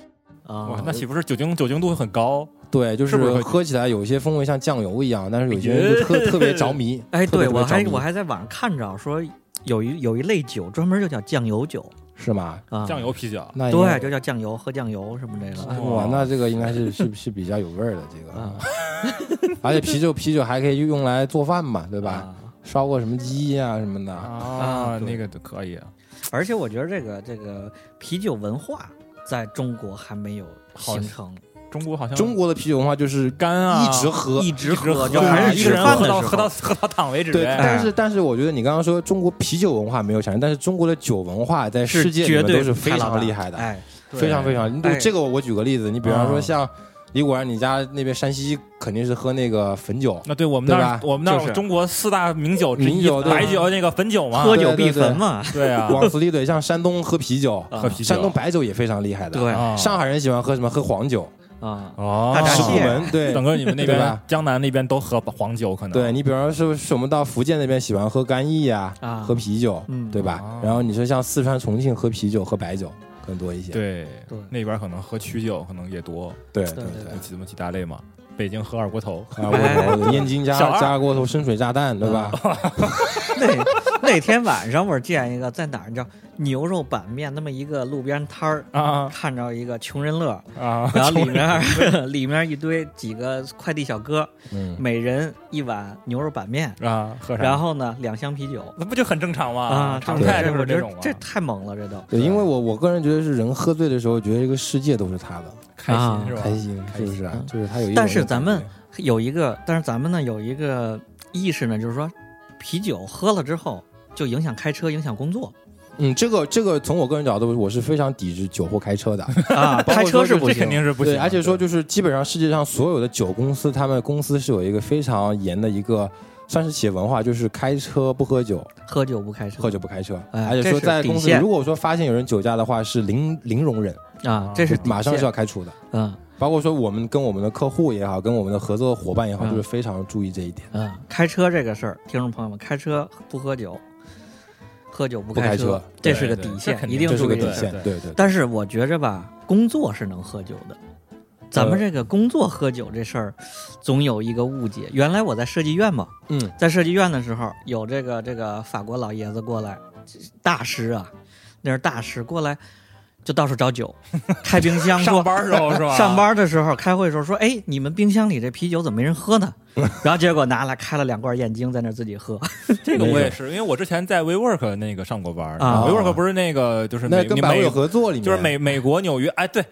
A: 啊
B: 哇，那岂不是酒精酒精度会很高？
C: 对，就是
B: 不是会
C: 喝起来有一些风味像酱油一样，但是有些人就特特别着迷。
A: 哎，
C: 特
A: 对
C: 别特别
A: 我还
C: 着迷
A: 我还在网上看着说有一有一类酒专门就叫酱油酒
C: 是吗？
A: 啊，
B: 酱油啤酒，
C: 那应该
A: 对，就叫酱油，喝酱油什么这个
C: 哇，那这个应该是是是比较有味儿的
B: 哦
C: 这
A: 啊
C: 个，，而且啤酒啤酒还可以用来做饭嘛，
A: 对
C: 对吧？？烧过什么鸡呀什么的，
B: 啊，
A: 对
B: 那个都可以，
A: 而且我觉得这个这个啤酒文化在中国还没有
B: 好
A: 形成，
B: 中国好像
C: 中国的啤酒文化就是
B: 干啊，
C: 一直喝。
A: 一直喝，
B: 就
A: 就
B: 还
A: 还是
B: 是一
A: 吃
B: 个人
A: 饭
B: 喝
A: 的
B: 到
A: 时候
B: 喝到喝到躺为止
C: 对，
B: 呗。
C: 但是但是我觉得你刚刚说中国啤酒文化没有产生，但是中国的酒文化在
A: 是
C: 世界里
A: 绝
C: 面
A: 对
C: 都是非
A: 太老
C: 常
A: 大
C: 厉害的。
A: 哎，
B: 对
C: 非常非常。
A: 哎嗯
C: 这个我举个例子，你比方说
B: 啊
C: 像李果然，你家那边山西肯定是喝那个汾酒，
B: 那对我们那儿
C: 对吧，
B: 我们那
C: 就
B: 儿
C: 是
B: 中国四大名酒之
C: 名
B: 一，
C: 酒对
B: 白酒那个汾酒嘛，
A: 喝
C: 啊对
A: 酒
C: 对
A: 必
C: 对
A: 焚嘛，
B: 对 啊，
C: 往死里怼。像山东喝啤酒，
B: 喝啤酒，
C: 山东白酒也非常厉害的。
A: 啊对
B: 啊
C: 上海人喜欢喝什么？喝黄酒，
A: 啊，
B: 哦
A: 大闸
C: 石
A: 蟹
C: 库门。对
B: 整个你们那
C: 对
B: 边
C: 吧
B: 江南那边都喝黄酒，可能
C: 对，你比方说是是我们到福建那边喜欢喝干邑呀，
A: 啊
C: 喝啤酒，
A: 嗯
C: 对吧
B: 哦？
C: 然后你说像四川、重庆喝啤酒、喝白酒更多一些。
B: 对
A: 对
B: 那边可能喝曲酒可能也多，
C: 对
A: 对
C: 对
A: 对
B: 有几这么几大类嘛。北京喝二锅头，
C: 啊，
A: 哎
C: 我我燕京加
B: 小二
C: 加过头深水炸弹，对吧？
A: 那那天晚上我见一个在哪儿叫牛肉板面那么一个路边摊儿，
B: 啊
A: 看着一个穷人乐，
B: 啊，
A: 然后里面 里面一堆几个快递小哥，
C: 嗯，
A: 每人一碗牛肉板面，
B: 啊喝啥？
A: 然后呢两箱啤酒
B: 那不就很正常吗？
A: 啊，
B: 常
A: 这
B: 态
A: 这
B: 就是
A: 我觉
B: 种
A: 得
B: 嘛。
A: 这太猛了，这都
C: 对，因为我我个人觉得是人喝醉的时候，觉得这个世界都是他的。
B: 开心
A: 啊
B: 是吧？
C: 开心是不是啊
A: 嗯？
C: 就是他有一种那种感觉，
A: 但是咱们有一个，但是咱们呢有一个意识呢，就是说啤酒喝了之后就影响开车，影响工作
C: 嗯，这个这个从我个人角度，我是非常抵制酒后开车的。
A: 啊，
C: 包括
A: 开车
C: 说
A: 是
C: 是
A: 不
B: 这
A: 行啊
B: 肯定是不行
C: 对，
B: 的。
C: 而且说就是基本上世界上所有的酒公司，他们公司是有一个非常严的一个。算是企业文化，就是开车不喝酒，
A: 喝酒不开车，
C: 喝酒不开车。
A: 哎
C: 而且
A: 这
C: 说
A: 是
C: 在
A: 底
C: 公司，
A: 线
C: 如果说发现有人酒驾的话，是零零容忍，
A: 啊，这是
C: 马上是
A: 就
C: 要开除的。
A: 嗯
C: 包括说我们跟我们的客户也好，跟我们的合作伙伴也好，
A: 嗯
C: 就是非常注意这一点。
A: 嗯，开车这个事儿，听众朋友们，开车不喝酒，喝酒不
C: 不开
A: 车
C: 车，
A: 这是个
B: 对对
A: 底
B: 这
A: 线，
B: 肯
A: 一
B: 定
A: 定
C: 这是
A: 注
C: 个
A: 意
C: 底
A: 这事儿
C: 线，
B: 对
C: 对对。
A: 但是我觉着吧，工作是能喝酒的。咱
B: 呃
A: 们这个工作喝酒这事儿，总有一个误解。原来我在设计院嘛，
C: 嗯，
A: 在设计院的时候，有这个这个法国老爷子过来，大师啊，那是大师过来，就到处找 酒，开冰箱说
B: 上班时候是吧？
A: 上班的时候开会的时候说，哎，你们冰箱里这啤酒怎么没人喝呢？ 然后结果拿来开了两罐燕京，在那儿自己喝。
B: 这个我也是，因为我之前在 WeWork 那个上过班儿
A: 啊
B: ，WeWork 不是那个就是
C: 那
B: 美
C: 跟
B: 你
C: 百威
B: 美
C: 有合作里面，
B: 就是美美国纽约，哎，对，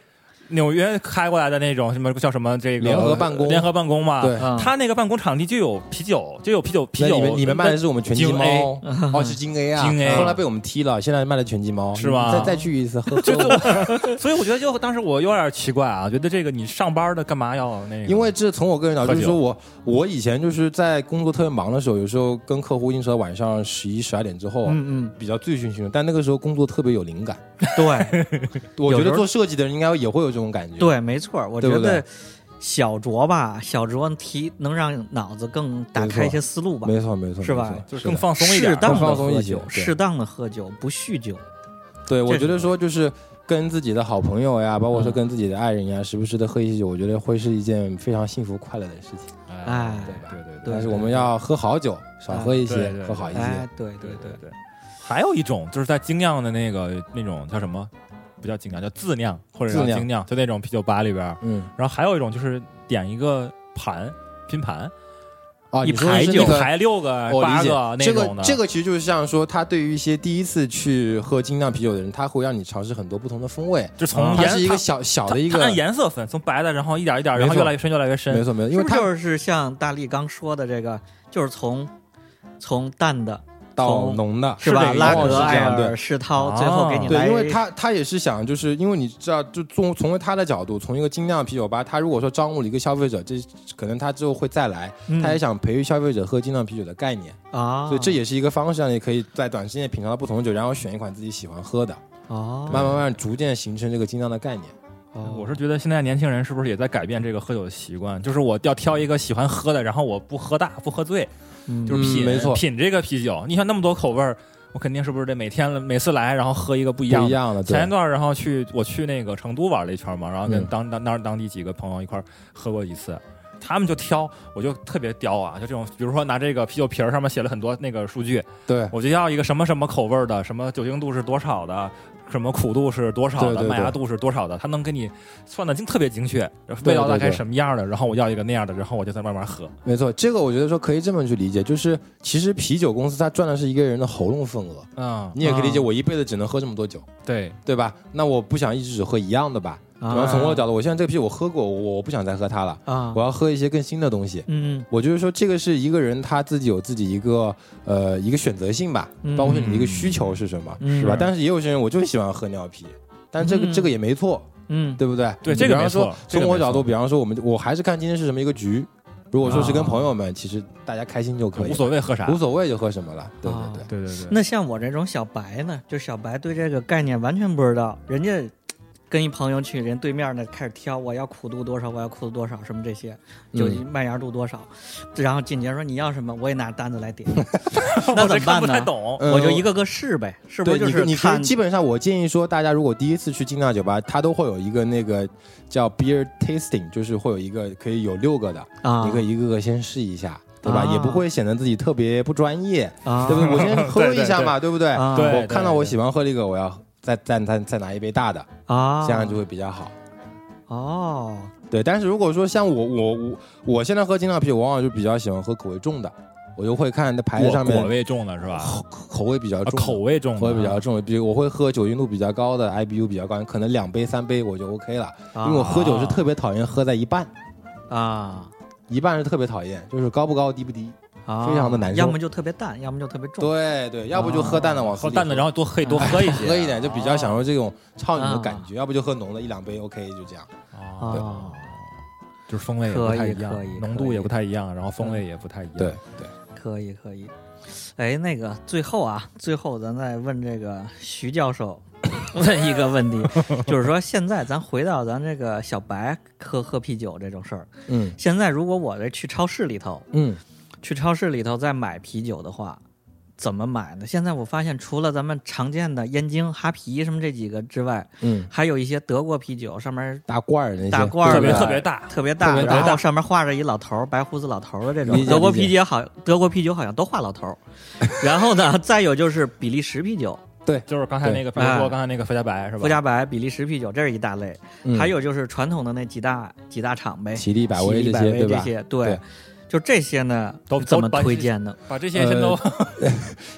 B: 纽约开过来的那种什么叫什么这个
C: 联合办公
B: 联合办公嘛，
C: 对
A: 嗯
B: 他那个办公场地就有啤酒，就有啤酒，啤
C: 那
B: 酒
C: 你们你们卖的是我们拳击
B: 京 A
C: 猫，哦是金 A 啊，
B: 京 A
C: 后来被我们踢了，现在卖的拳击猫
B: 是吧
C: 再再去一次，呵呵
B: 就哎所以我觉得就当时我有点奇怪啊，觉得这个你上班的干嘛要那个？
C: 因为这从我个人角度，
B: 喝
C: 就
B: 酒
C: 是说我我以前就是在工作特别忙的时候，有时候跟客户应酬到晚上十一十二点之后，啊
A: 嗯
C: 比较醉醺醺的，但那个时候工作特别有灵感。
A: 嗯，对
C: 我
A: 有
C: 觉
A: 时
C: 得
A: 候
C: 做设计的人应该也会有这种感觉。，
A: 对，没错儿，我
C: 对
A: 觉
C: 不对
A: 得小酌吧，小酌提能让脑子更打开一些思路吧，
C: 没错没错，
A: 是吧
C: 没错
B: 就是更放松一点
A: 适
B: 儿，
A: 当
C: 更
A: 的
C: 放松
A: 喝
C: 一
A: 酒，
C: 些对
A: 适当的喝酒，不酗酒。
C: 对，我
A: 这
C: 觉得
A: 是嗯
C: 说就是跟自己的好朋友呀，包括说跟自己的爱人呀，时不时的喝一些酒，我觉得会是一件非常幸福快乐的事情。
A: 哎
B: 对吧对对对。
A: 对
C: 但是我们要喝好酒，少喝一
B: 对
C: 些
B: 对，对
C: 喝好一
A: 哎
C: 些。，
A: 对对
B: 对
A: 对
B: 对，对，还有一种就是在精酿的那个那种叫什么，不叫精酿，叫自酿或者叫
C: 自酿
B: 精酿，就那种啤酒吧里边儿。
C: 嗯，
B: 然后还有一种就是点一个盘拼盘，
C: 啊，
A: 一
C: 你说的
A: 排
C: 是
A: 酒
C: 那
B: 一
C: 个
B: 排六个、
C: 我
B: 八
C: 理解
B: 个那
C: 这
B: 种的
C: 个。这个其实就是像说，他对于一些第一次去喝精酿啤酒的人，他会让你尝试很多不同的风味。
B: 就从
C: 它
B: 颜
C: 是一个
B: 它
C: 小小
B: 它
C: 的一
B: 它按
C: 个，
B: 颜色分，从白的，然后一点一点，
C: 没
B: 然后
C: 错
B: 越来越深，越来越
C: 没
B: 深。
C: 错没错，因
A: 是
C: 为
A: 不是
C: 它
A: 就是像大力刚说的这个，就是从从淡的
C: 到
A: 从
C: 浓的
A: 是吧？
C: 这个
A: 拉
C: 往往
A: 格、
C: 啊是这
A: 艾
C: 样对
A: 尔、世涛，最后给你
B: 啊
A: 来
C: 对，
A: 一，
C: 因为他他也是想，就是因为你知道，就从从他的角度，从一个精酿啤酒吧，他如果说招募了一个消费者，这可能他之后会再来，
A: 嗯
C: 他也想培育消费者喝精酿啤酒的概念，
A: 啊，
C: 所以这也是一个方式，让你可以在短时间内品尝到不同的酒，然后选一款自己喜欢喝的，
A: 哦，
C: 慢慢慢慢逐渐形成这个精酿的概念。
A: 哦
B: 我是觉得现在年轻人是不是也在改变这个喝酒的习惯？就是我要挑一个喜欢喝的，然后我不喝大，不喝醉，
A: 嗯
B: 就是品、
C: 嗯没错
B: 品这个啤酒。你想那么多口味儿，我肯定是不是得每天每次来，然后喝一个不一
C: 不
B: 样
C: 一
B: 的。
C: 样的，对
B: 前一段，然后去我去那个成都玩了一圈嘛，然后跟
C: 嗯
B: 当当当当地几个朋友一块儿喝过一次，他们就挑，我就特别刁啊，就这种，比如说拿这个啤酒瓶儿上面写了很多那个数据，
C: 对
B: 我就要一个什么什么口味儿的，什么酒精度是多少的，什么苦度是多少的，
C: 对对对
B: 麦芽度是多少的，他能给你算的精特别精确，味
C: 对
B: 道大概
C: 对
B: 什么样的，然后我要一个那样的，然后我就再慢慢喝。
C: 没错，这个我觉得说可以这么去理解，就是其实啤酒公司它赚的是一个人的喉咙份额，
B: 嗯，
C: 你也可以理解，
A: 啊
C: 我一辈子只能喝这么多酒，
B: 对，
C: 对吧？那我不想一直只喝一样的吧？
A: 啊
C: 然后从我的角度，我现在这个啤酒我喝过，我我不想再喝它了，
A: 啊
C: 我，要喝一些更新的东西。
A: 嗯
C: 我就是说，这个是一个人他自己有自己一个呃一个选择性吧，
A: 嗯
C: 包括是你的一个需求是什么，
A: 嗯
C: 是吧
B: 是？
C: 但是也有些人我就喜欢喝尿啤，但这个、
A: 嗯
C: 这个也没错，
A: 嗯，
C: 对不对？
B: 对
C: 你
B: 这个没
C: 比方
B: 错
C: 说，
B: 这个
C: 从我
B: 没错
C: 角度，比方说我们我还是看今天是什么一个局，如果说是跟朋友们，其实大家开心就可以，
B: 啊无所谓啊喝啥
C: 无。所谓就喝什么了，对对对。
B: 对对对，
A: 那像我这种小白呢，就小白对这个概念完全不知道，人家。跟一朋友去，人对面呢开始挑，我要苦度多少，我要苦度多少，什么这些，
C: 嗯
A: 酒精麦芽度多少，然后紧接着说你要什么，我也拿单子来 点，那怎么
B: 我这看
A: 办
B: 不太
A: 呢？
B: 懂。
C: 嗯
A: 我就一个个试呗，是不
C: 对
A: 是就
C: 你
A: 是
C: 跟你
A: 看
C: 跟基本上，我建议说，大家如果第一次去精酿酒吧，它都会有一个那个叫 beer tasting，就是会有一个可以有六个的，
A: 啊，
C: 你可以一个个先试一下，对吧？
A: 啊
C: 也不会显得自己特别不专业，
A: 啊，
C: 对不对？我先喝一下嘛，对不对？
A: 啊
B: 对
C: 嗯我看到我喜欢喝这个，我要再再再再拿一杯大的，
A: 啊，
C: 这样就会比较好。
A: 哦，
C: 对，但是如果说像我我我我现在喝精酿啤酒，往往就比较喜欢喝口味重的，我就会看它牌子上
B: 果果
C: 面
B: 味重的是吧？
C: 口口味比较
B: 啊
C: 重的，
B: 口味重的，哦
C: 口味比较重，比如我会喝酒精度比较高的，IBU 比较高，可能两杯三杯我就 OK 了，因为我喝酒是特别讨厌喝在一半，
A: 啊
C: 一半是特别讨厌，就是高不高低不低。
A: 啊，
C: 非常的难受
A: 要么就特别淡，要么就特别重。
C: 对对，要不就喝淡的往死
B: 喝
C: 里
B: 淡的，然后多可以多喝一啊些，
C: 喝一点，就比较享
B: 受。
C: 受这种畅饮的感觉；要不就喝浓的，一两杯 OK 就这样。
B: 哦
A: 哦，
B: 就是风味也不
A: 可以
B: 太一样
A: 可以可以，
B: 浓度也不太一样，然后风味也不太一样。
C: 对，对，
A: 可以可以。哎，那个最后啊，最后咱再问这个徐教授问一个问题，就是说现在咱回到咱这个小白喝喝啤酒这种事儿，
C: 嗯
A: 现在如果我这去超市里头，
C: 嗯，
A: 去超市里头再买啤酒的话。怎么买呢？现在我发现，除了咱们常见的燕京、哈啤什么这几个之外，
C: 嗯，
A: 还有一些德国啤酒，上面
C: 大罐儿那些，
A: 大罐儿的
B: 特别
A: 对
B: 特别大，
A: 特别大，
C: 特别大
A: 然后上面画着一老头儿，白胡子老头儿的这种。
C: 理解
A: 德国
C: 理解
A: 啤酒好，德国啤酒好像都画老 头儿。然后呢，再有就是比利时啤酒，
B: 就是刚才那个，比
A: 对
B: 如说
A: 哎
B: 刚才那个福加白是吧？
A: 福加白、比利时啤酒这是一大类，
C: 嗯
A: 还有就是传统的那几大几大厂呗，
C: 喜力、百
A: 喜
C: 威
A: 力
C: 这
A: 百
C: 些，
A: 威
C: 对吧？
A: 些，对
C: 对。
A: 就这些呢，
B: 都
A: 是怎么
B: 都把这
A: 推荐的？
B: 把这些先都、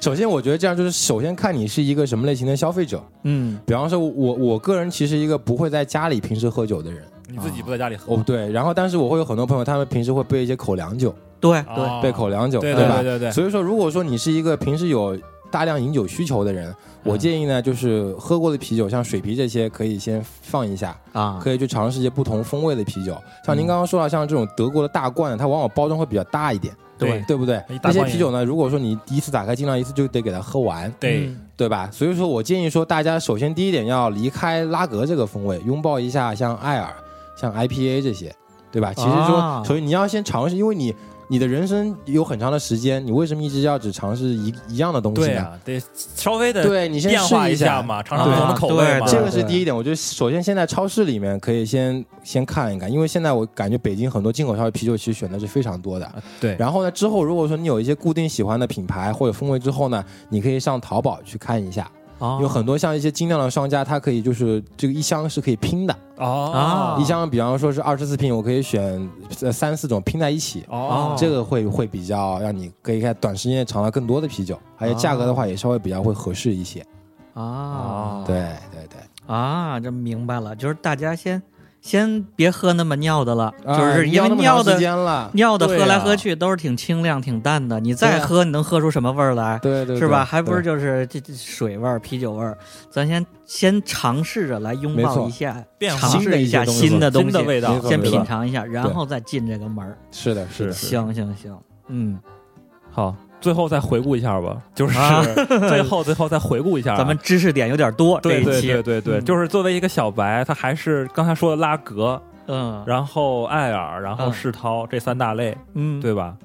C: 首先，我觉得这样就是，首先看你是一个什么类型的消费者。
A: 嗯，
C: 比方说我，我我个人其实一个不会在家里平时喝酒的人，
B: 你自己不在家里喝，
C: 哦对，然后但是我会有很多朋友，他们平时会备一些口粮酒，
A: 对对，
B: 啊
C: 备口粮酒，
B: 对
C: 吧？
B: 对对对对，
C: 所以说，如果说你是一个平时有大量饮酒需求的人，
B: 嗯
C: 我建议呢，就是喝过的啤酒，像水啤这些，可以先放一下，
A: 啊，
C: 可以去尝试一些不同风味的啤酒。像
B: 嗯
C: 您刚刚说到，像这种德国的大罐，它往往包装会比较大一点，
A: 对
C: 对不对
B: 一？大罐
C: 那些啤酒呢，如果说你第一次打开，尽量一次就得给它喝完，
B: 对，
A: 嗯
C: 对吧？所以说我建议说，大家首先第一点要离开拉格这个风味，拥抱一下像艾尔、像 IPA 这些，对吧？其实
A: 啊
C: 说，所以你要先尝试，因为你你的人生有很长的时间，你为什么一直要只尝试一一样的东西
B: 对
C: 呢？
B: 啊，得稍微的
C: 对你先
B: 变
C: 试
B: 化
C: 一
B: 下嘛，尝尝不同的口味
A: 啊
B: 嘛。
A: 对
C: 这
A: 对
C: 个是第一点，我觉得首先现在超市里面可以先先看一看，因为现在我感觉北京很多进口消费啤酒其实选的是非常多的。
B: 对
C: 然后呢，之后如果说你有一些固定喜欢的品牌或者风味之后呢，你可以上淘宝去看一下，
A: 哦
C: 有很多像一些精酿的商家，它可以就是这个一箱是可以拼的，
A: 啊
B: 哦
C: 一箱比方说是二十四瓶，我可以选呃三四种拼在一起，
B: 哦
A: 哦
C: 这个会会比较让你可以在短时间内尝到更多的啤酒，而且价格的话也稍微比较会合适一些。
B: 哦
A: 啊，
C: 对对对。
A: 啊，这明白了，就是大家先先别喝那么尿的了，
C: 啊
A: 哦就是因
C: 尿
A: 为
C: 那么
A: 尿
C: 长时
A: 的
C: 间了，
A: 尿的
B: 对
A: 喝来
B: 啊
A: 喝去都是挺清亮、挺淡的，你再
C: 对啊
A: 喝你能喝出什么味儿来？
C: 对对
A: 是吧？
C: 对
A: 还不是
C: 对
A: 就是这这水味儿、啤酒味儿，咱先先尝试着来拥
C: 没
A: 抱
C: 错
A: 一下，
B: 变化
A: 尝试一下新
C: 新
A: 的
C: 的
A: 东
B: 新
A: 西，
B: 的味道
C: 没，错
A: 先
C: 没错
A: 品尝一下，然后再进这个门儿。
C: 是的，是的，是的
A: 行行行，嗯，
B: 好，最后再回顾一下吧，就是
A: 啊
B: 最后最后再回顾一下啊，
A: 咱们知识点有点多，这
B: 对
A: 一
B: 对对
A: 期，
B: 对对，
A: 嗯
B: 就是作为一个小白，他还是刚才说的拉格，
A: 嗯
B: 然后艾尔，然后
A: 嗯
B: 世涛这三大类，
A: 嗯，
B: 对吧？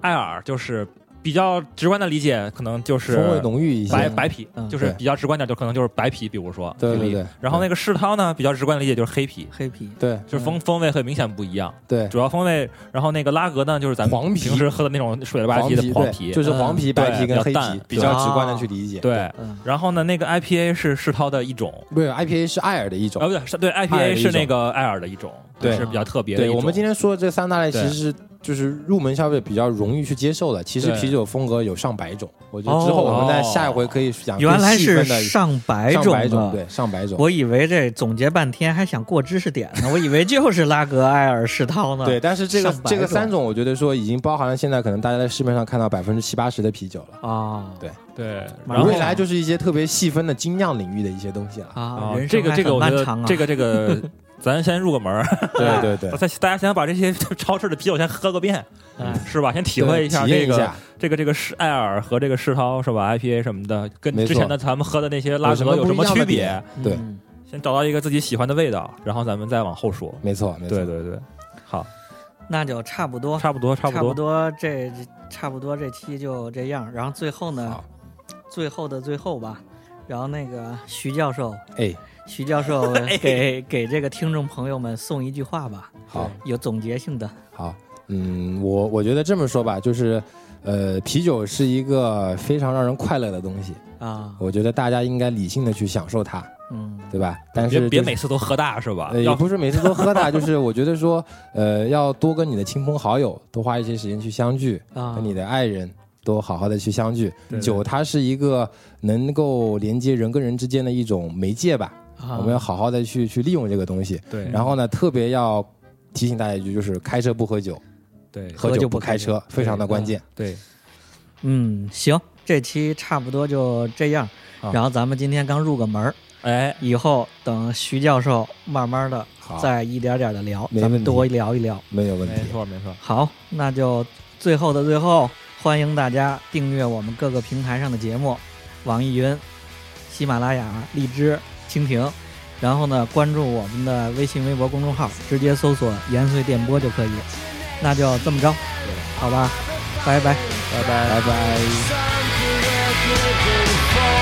B: 艾尔就是比较直观的理解，可能就是
C: 风味浓郁一些，
B: 白白啤
A: 嗯，
B: 就是
C: 对
B: 比较直观点，就可能就是白啤，比如说
C: 对
B: 举
C: 对
B: 例
C: 对。
B: 然后那个世涛呢，比较直观的理解就是黑啤，
A: 黑啤，
C: 对
B: 就是
A: 嗯
B: 风风味会明显不一样，
C: 对
B: 主要风味。然后那个拉格呢，就是咱们
C: 黄啤
B: 平时喝的那种水了吧唧的
C: 黄
B: 黄
C: 对
B: 啤，
C: 就是黄啤、白
B: 对
C: 啤跟
B: 比
C: 黑
B: 较淡
C: 啤，比较直观的去理解。，
B: 对。
A: 嗯
B: 然后呢，那个 IPA 是世涛的一种，
C: 不是 IPA 是艾尔的一
B: 啊，
C: 种。
B: 不对，是对
C: 艾尔的
B: IPA
C: 一
B: 是
C: 种
B: 那个艾尔的一种，
C: 对
B: 是比较特别的一
C: 对
B: 种。
C: 我们今天说的这三大类，其
B: 对
C: 实是就是入门消费比较容易去接受的。其实
B: 对
C: 啤酒风格有上百种，我觉得之后我们在
B: 哦
C: 下一回可以讲啊更
A: 原来
C: 细
A: 是
C: 分的
A: 上百
C: 上
A: 种
C: 百种，
A: 啊。
C: 对上百种。
A: 我以为这总结半天还想过知识点呢，我以为就是拉格、埃尔、世涛
B: 嗯
A: 呢。
C: 对，，但是这个
A: 上百
C: 这个
A: 种
C: 三种，我觉得说已经包含了现在可能大家在市面上看到百分之七八十的啤酒了。
A: 啊，
C: 对
B: 对，
A: 然后
C: 未来就是一些特别细分的精酿领域的一些东西了。
A: 啊
B: 啊，，
A: 人
B: 这
A: 生
B: 个
A: 还
B: 这个
A: 很
B: 我觉
A: 漫
B: 得
A: 长啊，
B: 这个这个， 咱先入个门儿，
C: 对对对，
B: 咱大家先把这些超市的啤酒先喝个遍，
A: 哎
B: 是吧？ 先体会一下
C: 体验
B: 这
C: 一
B: 个
C: 下
B: 这个这个世艾尔和这个世涛是吧？IPA 什么的，跟
C: 没错
B: 之前的咱们喝的那些拉格有
C: 有
B: 什
C: 什
B: 么
C: 么不一样
B: 区
C: 的
B: 别
C: 点？对
A: 嗯
B: 先找到一个自己喜欢的味道，然后咱们再往后说。
C: 没错，没错，
B: 对对对，好，
A: 那就差不多，
B: 差不多，差不
A: 差不
B: 多。
A: 多这这差不多这期就这样。然后最后呢
C: 好，
A: 最后的最后吧，然后那个徐教授，
C: 哎，
A: 徐教 授给、给这个听众朋友们送一句话吧，
C: 好
A: 有总结性的。
C: 好，嗯，我我觉得这么说吧，就是，呃，啤酒是一个非常让人快乐的东西，
A: 啊，
C: 我觉得大家应该理性的去享受它，
A: 嗯，
C: 对吧？但
B: 别
C: 是、就是、
B: 别每次都喝大是吧？
C: 呃，也
B: 要
C: 不是每次都喝它，就是我觉得说，呃，要多跟你的亲朋好友多花一些时间去相聚，
A: 啊，
C: 跟你的爱人多好好的去相聚。
B: 对对
C: 酒它是一个能够连接人跟人之间的一种媒介吧，
A: 啊
C: 我们要好好的去去利用这个东西。
B: 对
C: 然后呢，特别要提醒大家一句，就是开车不喝酒，
B: 对
A: 喝
C: 喝
A: 酒
C: 酒
A: 不
C: 不
A: 开
C: 开
A: 车
C: 车，非常的关键。
B: 对，
A: 嗯行，这期差不多就这样。
C: 啊
A: 然后咱们今天刚入个门儿，
B: 哎，
A: 以后等徐教授慢慢的
C: 好
A: 再一点点的聊，
C: 没
A: 咱们
C: 问题
A: 多聊一聊。
C: 没有问
B: 没
C: 题。
B: 错没错，
A: 好，那就最后的最后，欢迎大家订阅我们各个平台上的节目，网易云、喜马拉雅、荔枝、蜻蜓，然后呢，关注我们的微信、微博公众号，直接搜索“延绥电波”就可以。那就这么着，好吧，拜拜。
C: 拜拜。
E: Something worth living for.